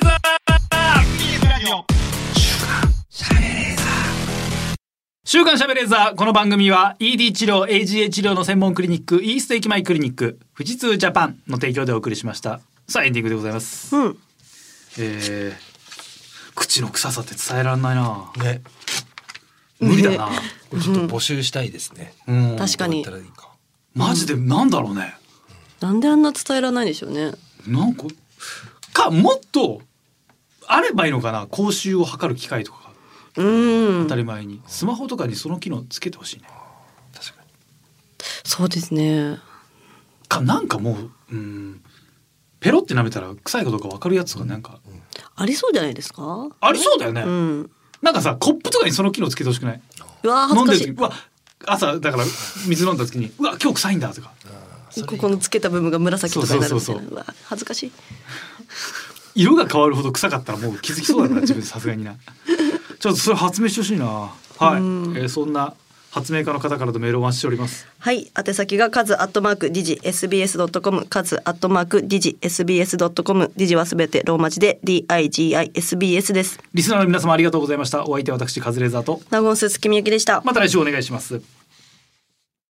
Speaker 3: ーザー週刊しゃべレーザーこの番組は ED 治療 AGA 治療の専門クリニックイースト駅前クリニック富士通ジャパンの提供でお送りしましたさあエンディングでございます、
Speaker 4: うん
Speaker 3: えー、口の臭さって伝えられないな
Speaker 2: ね
Speaker 3: 無理だな、
Speaker 2: これちょっと募集したいですね、
Speaker 3: うん、
Speaker 4: 確か
Speaker 2: どうやっ
Speaker 4: に
Speaker 2: たらいいか
Speaker 3: マジでなんだろうね
Speaker 4: なんであんな伝えられないんでしょうね
Speaker 3: なんかかもっとあればいいのかな口臭を測る機械とかが
Speaker 4: うー
Speaker 3: 当た
Speaker 4: ん
Speaker 3: り前にスマホとかにその機能つけてほしいね
Speaker 2: 確かに
Speaker 4: そうですね
Speaker 3: かなんかもううんペロって舐めたら臭いかどうか分かるやつとかなんか
Speaker 4: ありそうじゃないですか
Speaker 3: ありそうだよね、
Speaker 4: うん
Speaker 3: なんかさコップとかにその機能つけてほしくないう
Speaker 4: わー
Speaker 3: 飲んで
Speaker 4: 恥
Speaker 3: る
Speaker 4: ず
Speaker 3: 時
Speaker 4: かし
Speaker 3: うわ朝だから水飲んだ時にうわ今日臭いんだとか
Speaker 4: いここのつけた部分が紫とかになるみたい
Speaker 3: そうそうそう
Speaker 4: なうわー恥ずかしい
Speaker 3: 色が変わるほど臭かったらもう気づきそうだ な自分でさすがになちょっとそれ発明してほしいなはい、え
Speaker 4: うん
Speaker 3: ーそんな発明家の方からのメールをお待ちしております
Speaker 4: はい、宛先がカズアットマークディジ SBS ドットコム、カズアットマークディジ SBS ドットコム、ディジはすべてローマ字で D I G I S B S です。
Speaker 3: リスナーの皆様ありがとうございましたお相手は私カズレーザーと
Speaker 4: ナゴンス月見ゆきでした。
Speaker 3: また来週お願いします